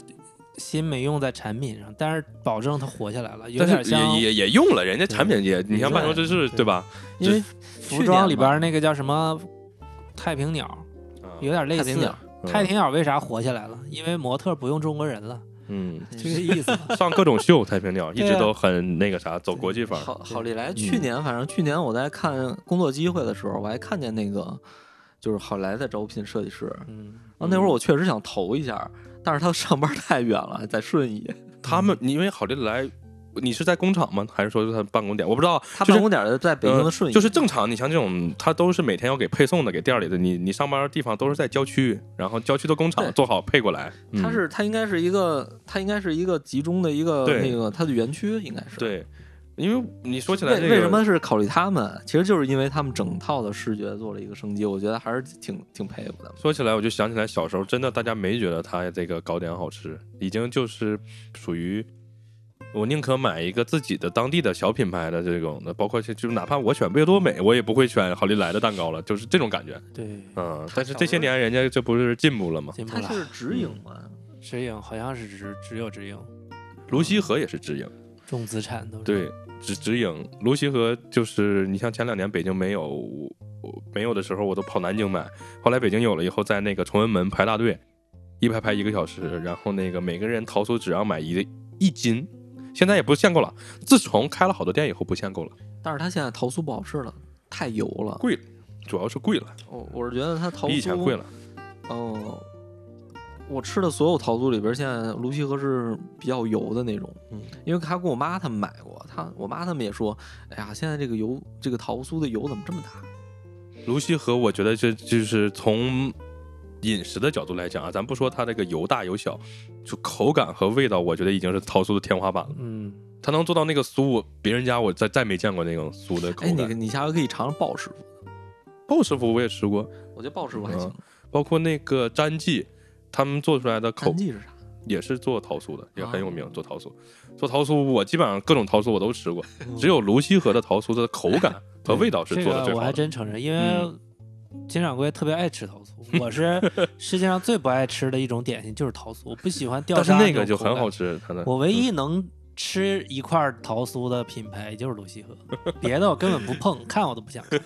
Speaker 1: 新没用在产品上，但是保证它活下来了，有
Speaker 3: 但
Speaker 1: 点
Speaker 3: 是
Speaker 1: 像嗯
Speaker 3: 也也也用了，人家产品也，你像半球芝士
Speaker 1: 对
Speaker 3: 对吧？
Speaker 2: 因为
Speaker 1: 服装里边
Speaker 2: 去
Speaker 1: 儿那个叫什么太平鸟，有点类似。
Speaker 2: 年吧太平鸟，
Speaker 3: 嗯
Speaker 1: 太平鸟为啥火起来了？因为模特不用中国人了，
Speaker 3: 嗯，
Speaker 1: 就这意思嘛。
Speaker 3: 上各种秀，太平鸟一
Speaker 1: 对
Speaker 3: 直
Speaker 1: 啊
Speaker 3: 都很那个啥，走国际范儿。嗯
Speaker 2: 好好利来，去年反正去年我在看工作机会的时候，我还看见那个就是好利来在招聘设计师
Speaker 1: 嗯，
Speaker 2: 啊，那会儿我确实想投一下，但是他上班太远了，在顺义，
Speaker 3: 他们你因为好利来，你是在工厂吗？还是说是他办公点？我不知道，
Speaker 2: 他
Speaker 3: 就是
Speaker 2: 办公点儿在北京的顺
Speaker 3: 呃
Speaker 2: 义，
Speaker 3: 就是正常。你像这种，他都是每天要给配送的，给店里的。你你上班的地方都是在郊区，然后郊区的工厂
Speaker 2: 对
Speaker 3: 做好配过来。嗯
Speaker 2: 它是它应该是一个它应该是一个集中的一个
Speaker 3: 对
Speaker 2: 那个它的园区应该是。
Speaker 3: 对，因为你说起来
Speaker 2: 为
Speaker 3: 这个
Speaker 2: 为什么是考虑他们？其实就是因为他们整套的视觉做了一个升级，我觉得还是挺挺佩服的。
Speaker 3: 说起来，我就想起来小时候，真的大家没觉得它这个糕点好吃，已经就是属于我宁可买一个自己的当地的小品牌的这种的，包括就就哪怕我选贝多美，我也不会选好利来的蛋糕了，就是这种感觉。
Speaker 1: 对，
Speaker 3: 嗯，但是这些年人家这不是进步了吗？
Speaker 1: 进步
Speaker 2: 它
Speaker 1: 了。
Speaker 2: 是直
Speaker 3: 嗯
Speaker 2: 营嘛？
Speaker 1: 直营好像是只只有直营，
Speaker 3: 卢溪河也是直营，
Speaker 1: 重资产都是。
Speaker 3: 对，直直营。卢溪河就是你像前两年北京没有，我我没有的时候我都跑南京买，后来北京有了以后，在那个崇文门排大队，一排排一个小时，然后那个每个人桃酥只要买一一斤，现在也不限购了。自从开了好多店以后不限购了，
Speaker 2: 但是它现在桃酥不好吃了，太油了。
Speaker 3: 贵了，主要是贵了，
Speaker 2: 我我是觉得它桃酥
Speaker 3: 比以前贵了。
Speaker 2: 嗯、我吃的所有桃酥里边，现在泸溪河是比较油的那种。
Speaker 3: 嗯，
Speaker 2: 因为他跟我妈他们买过，他我妈他们也说，哎呀，现在这个油这个桃酥的油怎么这么大？
Speaker 3: 泸溪河，我觉得这就是从饮食的角度来讲啊，咱不说它这个油大油小，就口感和味道，我觉得已经是桃酥的天花板了。
Speaker 1: 嗯，
Speaker 3: 他能做到那个酥，我别人家我再再没见过那种酥的口
Speaker 2: 哎，你
Speaker 3: 感。
Speaker 2: 你下回可以尝尝鲍师傅，
Speaker 3: 鲍师傅我也吃过，
Speaker 2: 我觉得鲍师傅还行。
Speaker 3: 包括那个詹记，他们做出来的
Speaker 1: 嗯
Speaker 3: 口
Speaker 2: 陈记是啥？
Speaker 3: 也是做桃酥的，也很有
Speaker 1: 哦
Speaker 3: 名。做桃酥，做桃酥，我基本上各种桃酥我都吃过，
Speaker 2: 嗯
Speaker 3: 只有泸溪河的桃酥的口
Speaker 1: <laughs>
Speaker 3: 感和味道是
Speaker 1: 这
Speaker 3: 做的嗯
Speaker 1: 个
Speaker 3: 最
Speaker 1: 我
Speaker 3: 好
Speaker 1: 还
Speaker 3: 的。
Speaker 1: 真承认，因为金掌柜特别爱吃桃酥，我
Speaker 3: <laughs>
Speaker 1: 是世界上最不爱吃的一种点心就是桃酥，我不喜欢掉
Speaker 3: 但是
Speaker 1: 渣。
Speaker 3: 那个就很好。嗯吃，它的
Speaker 1: 我唯一能吃一块桃酥的品牌就是泸溪河，别的我根本不碰，看我都不想看，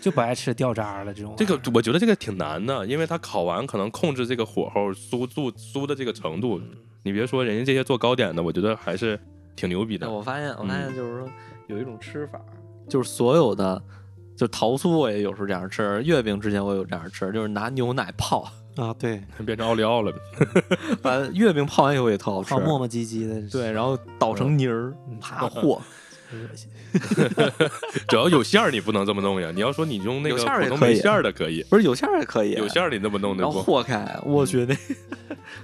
Speaker 1: 就不爱吃掉渣的这种玩意
Speaker 3: 这
Speaker 1: 儿。
Speaker 3: 个我觉得这个挺难的，因为它烤完可能控制这个火候酥度酥的这个程度，
Speaker 1: 嗯
Speaker 3: 你别说人家这些做糕点的，我觉得还是挺牛逼
Speaker 2: 哎，
Speaker 1: 哦
Speaker 3: 的。
Speaker 2: 我发现，我
Speaker 3: 嗯
Speaker 2: 发现就是说有一种吃法，就是所有的，就是桃酥我也有时候这样吃，月饼之前我有这样吃，就是拿牛奶泡，
Speaker 1: 啊，对，
Speaker 3: 变成奥利奥了，
Speaker 2: <laughs> 把月饼泡完以后也特好吃
Speaker 1: 好，磨磨唧唧的，
Speaker 2: 对，然后捣成泥儿，啪和，
Speaker 1: 恶心。
Speaker 3: 只要有馅儿，你不能这么弄呀。你要说你用那个
Speaker 2: 有馅儿
Speaker 3: 普
Speaker 2: 也
Speaker 3: 通
Speaker 2: 可以
Speaker 3: 没馅儿的可以，
Speaker 2: 不是有馅儿也可以，啊
Speaker 3: 有馅儿你这么弄的
Speaker 2: 然后
Speaker 3: 不？
Speaker 2: 和开，我觉 <laughs> 得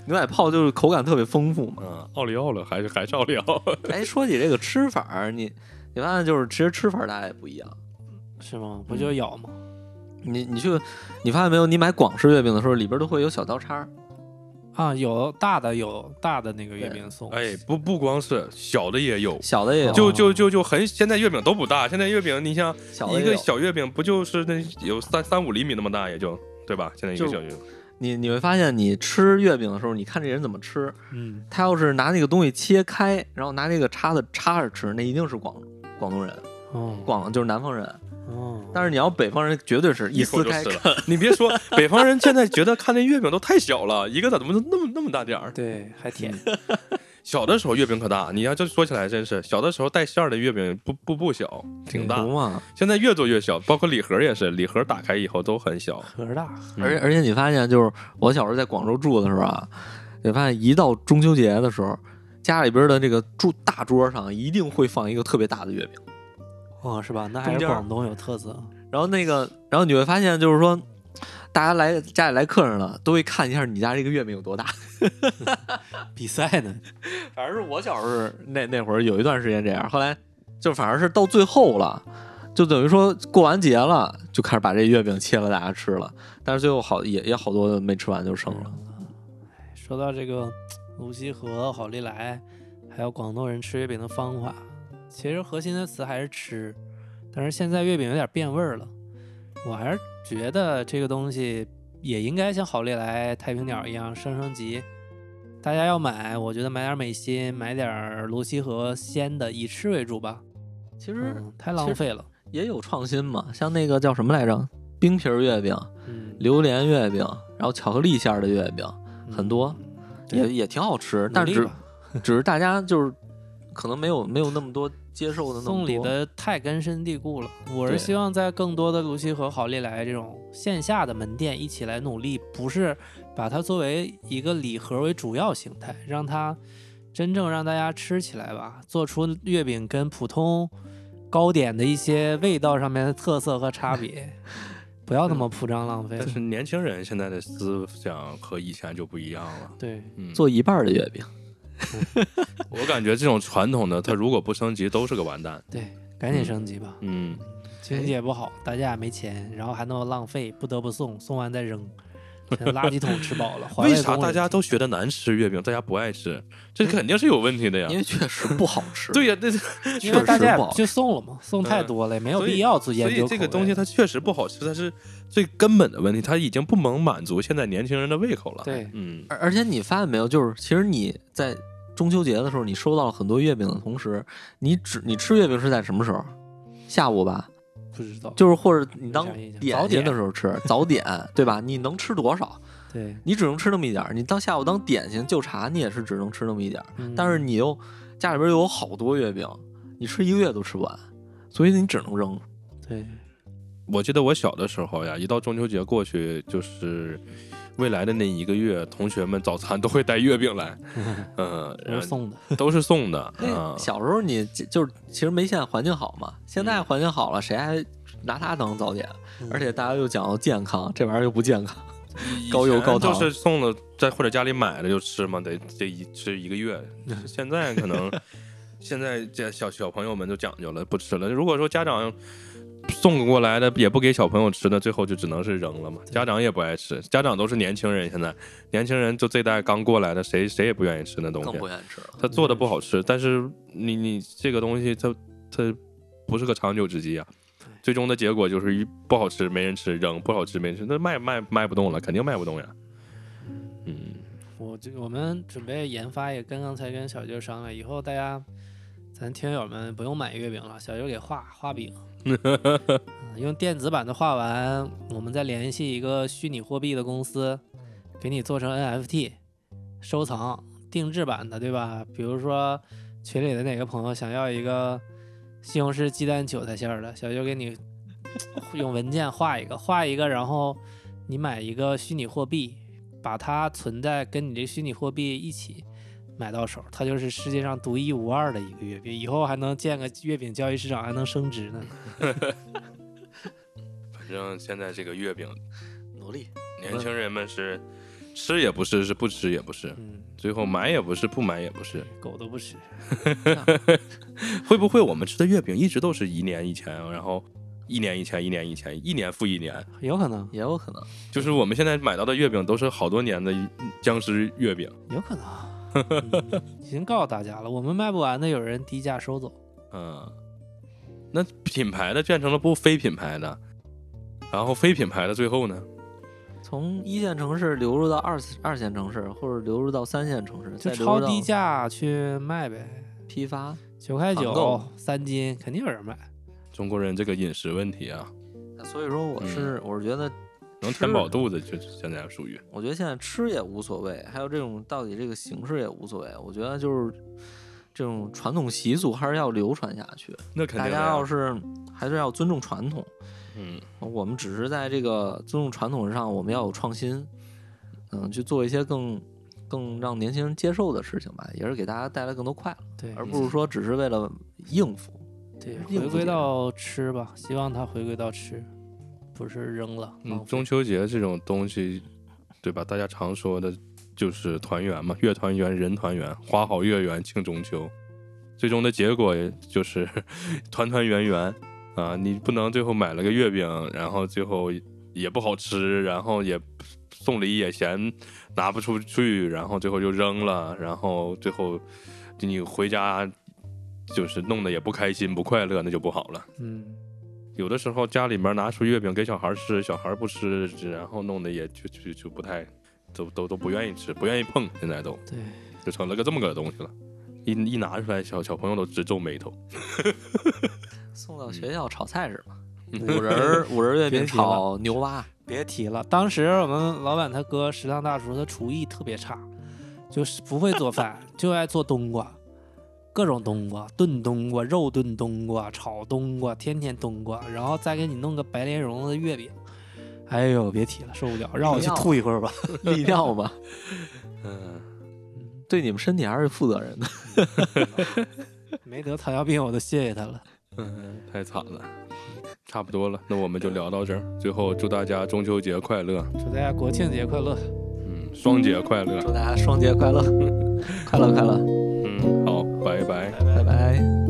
Speaker 2: 牛奶泡就是口感特别丰富嘛。
Speaker 3: 嗯，奥利奥了，还是还是奥利
Speaker 2: <laughs>
Speaker 3: 奥。
Speaker 2: 哎，说起这个吃法儿，你你发现就是其实吃法儿大家也不一样。
Speaker 1: 是吗？不
Speaker 2: 嗯
Speaker 1: 就是咬吗？
Speaker 2: 你你去，你发现没有？你买广式月饼的时候，里边都会有小刀叉儿，
Speaker 1: 啊，有大的有大的那个月饼送，
Speaker 3: 哎，不不光是小的也有，
Speaker 2: 小的也有，
Speaker 3: 就就就就很现在月饼都不大，现在月饼你像
Speaker 2: 小的
Speaker 3: 一
Speaker 2: 也有
Speaker 3: 个小月饼不就是那有三三五厘米那么大也就。对吧？现在一个
Speaker 2: 就
Speaker 3: 小月饼，
Speaker 2: 你你会发现，你吃月饼的时候，你看这人怎么吃。
Speaker 1: 嗯，
Speaker 2: 他要是拿那个东西切开，然后拿那个叉子插着吃，那一定是广广东人，
Speaker 1: 哦，
Speaker 2: 广就是南方人。
Speaker 1: 哦，
Speaker 2: 但是你要北方人，绝对是
Speaker 3: 一口
Speaker 2: 撕
Speaker 3: 就
Speaker 2: 开
Speaker 3: 吃。了。你别说，北方人现在觉得看那月饼都太小了，一个怎么那么那么大点儿？
Speaker 1: 对，还甜，
Speaker 3: 小的时候月饼可大，你要这说起来真是，小的时候带馅儿的月饼不不不小，挺大。
Speaker 2: 不嘛，嗯
Speaker 3: 现在越做越小，包括礼盒也是，礼盒打开以后都很小。
Speaker 1: 盒儿大，
Speaker 3: 嗯
Speaker 2: 而且而且你发现，就是我小时候在广州住的时候啊，你发现一到中秋节的时候，家里边的这个桌大桌上一定会放一个特别大的月饼。
Speaker 1: 哦，是吧？那还
Speaker 2: 中
Speaker 1: 是
Speaker 2: 间儿
Speaker 1: 广东有特色，啊
Speaker 2: 然后那个，然后你会发现，就是说，大家来家里来客人了，都会看一下你家这个月饼有多大。 <laughs>
Speaker 1: 比赛呢，
Speaker 2: 反正是我小时候那那会儿有一段时间这样，后来就反而是到最后了，就等于说过完节了，就开始把这月饼切了大家吃了，但是最后好也也好多没吃完就剩
Speaker 1: 嗯
Speaker 2: 了。
Speaker 1: 说到这个泸溪河、好利来，还有广东人吃月饼的方法，其实核心的词还是吃，但是现在月饼有点变味儿了。我还是觉得这个东西也应该像好利来、太平鸟一样升升级。大家要买，我觉得买点美心，买点泸溪河鲜的，以吃为主吧。
Speaker 2: 其实
Speaker 1: 嗯，太浪费了。
Speaker 2: 也有创新嘛，像那个叫什么来着，冰皮儿月饼、
Speaker 1: 嗯，
Speaker 2: 榴莲月饼，然后巧克力馅儿的月饼，很多
Speaker 1: 对
Speaker 2: 也也挺好吃，但
Speaker 1: 努力
Speaker 2: 只
Speaker 1: 吧
Speaker 2: 只是大家就是可能没有没有那么多接受的那么多
Speaker 1: 送礼的太根深蒂固了。我是
Speaker 2: 对
Speaker 1: 希望在更多的泸溪和好利来这种线下的门店一起来努力，不是把它作为一个礼盒为主要形态，让它真正让大家吃起来吧，做出月饼跟普通糕点的一些味道上面的特色和差
Speaker 3: <laughs>
Speaker 1: 别，不要那么铺张浪费了
Speaker 3: <laughs> 嗯但。是年轻人现在的思想和以前就不一样了。
Speaker 1: 对，
Speaker 3: 嗯，
Speaker 2: 做一半儿的月饼，
Speaker 3: 我感觉这种传统的，它如果不升级，都是个完蛋。
Speaker 1: 赶紧升级吧，
Speaker 3: 嗯，
Speaker 1: 情节不好，大家也没钱，然后还那么浪费，不得不送，送完再
Speaker 3: <laughs>
Speaker 1: 扔。垃圾桶吃饱了，环
Speaker 3: 为
Speaker 1: 卫
Speaker 3: 啥
Speaker 1: 工
Speaker 3: 大
Speaker 1: 也
Speaker 3: 家都觉得难吃月饼，大家不爱吃？这肯定是有问题
Speaker 1: 啊
Speaker 3: 的呀
Speaker 2: 因。为确实不好
Speaker 1: <laughs>
Speaker 2: 吃。
Speaker 3: <laughs> 对呀， <laughs> 这
Speaker 1: 因
Speaker 2: 确
Speaker 1: 为
Speaker 2: 实
Speaker 1: 大家
Speaker 2: 不
Speaker 1: 也
Speaker 2: 好
Speaker 1: 就送了嘛，送太
Speaker 3: 嗯
Speaker 1: 多了，也没有
Speaker 3: 所以
Speaker 1: 必要做研
Speaker 3: 所
Speaker 1: 究
Speaker 3: 以
Speaker 1: 口
Speaker 3: 这
Speaker 1: 味。
Speaker 3: 个东西它确实不好吃，它是最根本的问题，它已经不能满足现在年轻人的胃口了。
Speaker 1: 对
Speaker 3: 嗯，
Speaker 2: 而而且你发现没有，就是其实你在中秋节的时候，你收到了很多月饼的同时，你只你吃月饼是在什么时候？下午吧，
Speaker 1: 不知道，
Speaker 2: 就是或者你当
Speaker 1: 想一想
Speaker 2: 点
Speaker 1: 早
Speaker 2: 心
Speaker 1: 点
Speaker 2: 的时候吃早点，对吧？你能吃多少？
Speaker 1: 对。
Speaker 2: 你只能吃那么一点儿。你当下午当点心就茶，你也是只能吃那么一点儿。
Speaker 1: 嗯
Speaker 2: 但是你又家里边有好多月饼，你吃一个月都吃不完，所以你只能扔。
Speaker 1: 对，
Speaker 3: 我记得我小的时候呀，一到中秋节过去，就是未来的那一个月，同学们早餐都会带月饼
Speaker 2: <laughs>
Speaker 3: 来，嗯，
Speaker 1: 都是送的，
Speaker 3: 都是送的，
Speaker 2: 那
Speaker 3: 嗯，
Speaker 2: 哎小时候你就就是其实没现在环境好嘛，现在环境好了，谁还拿它当早点？
Speaker 1: 嗯
Speaker 2: 而且大家又讲究健康，这玩意儿又不健康。高
Speaker 3: 以
Speaker 2: 油
Speaker 3: 前
Speaker 2: 高糖
Speaker 3: 都是送的，在或者家里买的就吃嘛，得得一吃一个月。
Speaker 2: <laughs>
Speaker 3: 现在可能现在这小小朋友们都讲究了，不吃了。如果说家长送过来的也不给小朋友吃的，最后就只能是扔了嘛。家长也不爱吃，家长都是年轻人，现在年轻人就这代刚过来的，谁谁也不愿意吃那东
Speaker 2: 更
Speaker 3: 西
Speaker 2: 不。愿意吃了。
Speaker 3: 他做的不好吃，但是你你这个东西它它不是个长久之计啊。最终的结果就是一不好吃没人吃扔，不好吃没人吃，那卖卖卖不动了，肯定卖不动呀。嗯，
Speaker 1: 我这我们准备研发，也跟刚才跟小舅商量，以后大家咱听友们不用买月饼了，小舅给画画饼，嗯用电子版的画完，我们再联系一个虚拟货币的公司，给你做成 NFT，收藏定制版的，对吧？比如说群里的哪个朋友想要一个西红柿鸡蛋韭菜馅儿的，小舅给你 <laughs> 用文件画一个，画一个，然后你买一个虚拟货币，把它存在跟你这虚拟货币一起买到手，它就是世界上独一无二的一个月饼，以后还能建个月饼交易市场，还能升值呢。
Speaker 3: 反正现在这个月饼，
Speaker 2: 努力。
Speaker 3: 年轻人们是嗯吃也不是，是不吃也不是，
Speaker 1: 嗯，
Speaker 3: 最后买也不是，不买也不是。
Speaker 1: 狗都不吃，
Speaker 3: 会不会我们吃的月饼一直都是一年一前，然后一年一前，一年一前，一年复一年？
Speaker 1: 有可能，
Speaker 2: 也有可能，
Speaker 3: 就是我们现在买到的月饼都是好多年的嗯僵尸月饼。
Speaker 1: 有可能。嗯已经告诉大家了，我们卖不完的有人低价收走。
Speaker 3: 嗯，那品牌的变成了不非品牌的，然后非品牌的最后呢？
Speaker 2: 从一线城市流入到二二线城市，或者流入到三线城市，
Speaker 1: 就
Speaker 2: 再流
Speaker 1: 超
Speaker 2: 入到
Speaker 1: 低价去卖呗，
Speaker 2: 批发。
Speaker 1: 九块
Speaker 2: 团购
Speaker 1: 九三斤，肯定有人买。
Speaker 3: 中国人这个饮食问题啊，
Speaker 2: 所以说，我是、我是觉得，
Speaker 3: 能填饱肚子就现在属于
Speaker 2: 我觉得现在吃也无所谓，还有这种到底这个形式也无所谓。我觉得就是这种传统习俗还是要流传下去，
Speaker 3: 那肯
Speaker 2: 大
Speaker 3: 定的
Speaker 2: 家
Speaker 3: 呀
Speaker 2: 要是还是要尊重传统。
Speaker 3: 嗯，
Speaker 2: 我们只是在这个尊重传统上，我们要有创新，嗯，去做一些更更让年轻人接受的事情吧，也是给大家带来更多快乐，
Speaker 1: 对，
Speaker 2: 而不是说只是为了应付。
Speaker 1: 对
Speaker 2: 应
Speaker 1: 回
Speaker 2: 付
Speaker 1: 归
Speaker 2: 点
Speaker 1: 到吃吧，希望它回归到吃。不是扔了。
Speaker 3: 嗯
Speaker 1: 浪，费
Speaker 3: 中秋节这种东西，对吧？大家常说的就是团圆嘛，月团圆，人团圆，花好月圆庆中秋，最终的结果也就是 <laughs> 团团圆圆啊！你不能最后买了个月饼，然后最后也不好吃，然后也送礼也嫌拿不出去，然后最后就扔了，然后最后你回家就是弄得也不开心不快乐，那就不好了。
Speaker 1: 嗯，
Speaker 3: 有的时候家里面拿出月饼给小孩吃，小孩不吃，然后弄得也就就就不太，都都都不愿意吃，不愿意碰，现在都
Speaker 1: 对，
Speaker 3: 就成了个这么个东西了。一一拿出来，小小朋友都直皱眉头。
Speaker 2: 送到学校炒菜是吗？
Speaker 3: 嗯
Speaker 2: 五仁 <laughs> 儿五仁儿月饼
Speaker 4: 别提了
Speaker 2: 炒牛 <laughs> 蛙，
Speaker 1: 别提了。当时我们老板他哥食堂大厨，他厨艺特别差，就是不会做饭，就爱做冬瓜，各种冬瓜，炖冬瓜、肉炖冬瓜、炒冬瓜，天天冬瓜，然后再给你弄个白莲蓉的月饼。哎呦，别提了，受不了，让我去吐一会儿吧。 <laughs>
Speaker 2: 利尿吧，
Speaker 3: 嗯，
Speaker 2: 对你们身体还是负责任的。
Speaker 1: 没得糖尿病，我都谢谢他了。
Speaker 3: 嗯太惨了。差不多了，那我们就聊到这儿。最后祝大家中秋节快乐，
Speaker 1: 祝大家国庆节快乐！
Speaker 3: 嗯，双节快乐，
Speaker 2: <laughs> 祝大家双节快乐，快乐快乐，
Speaker 3: 嗯，好，拜拜。
Speaker 2: 拜拜。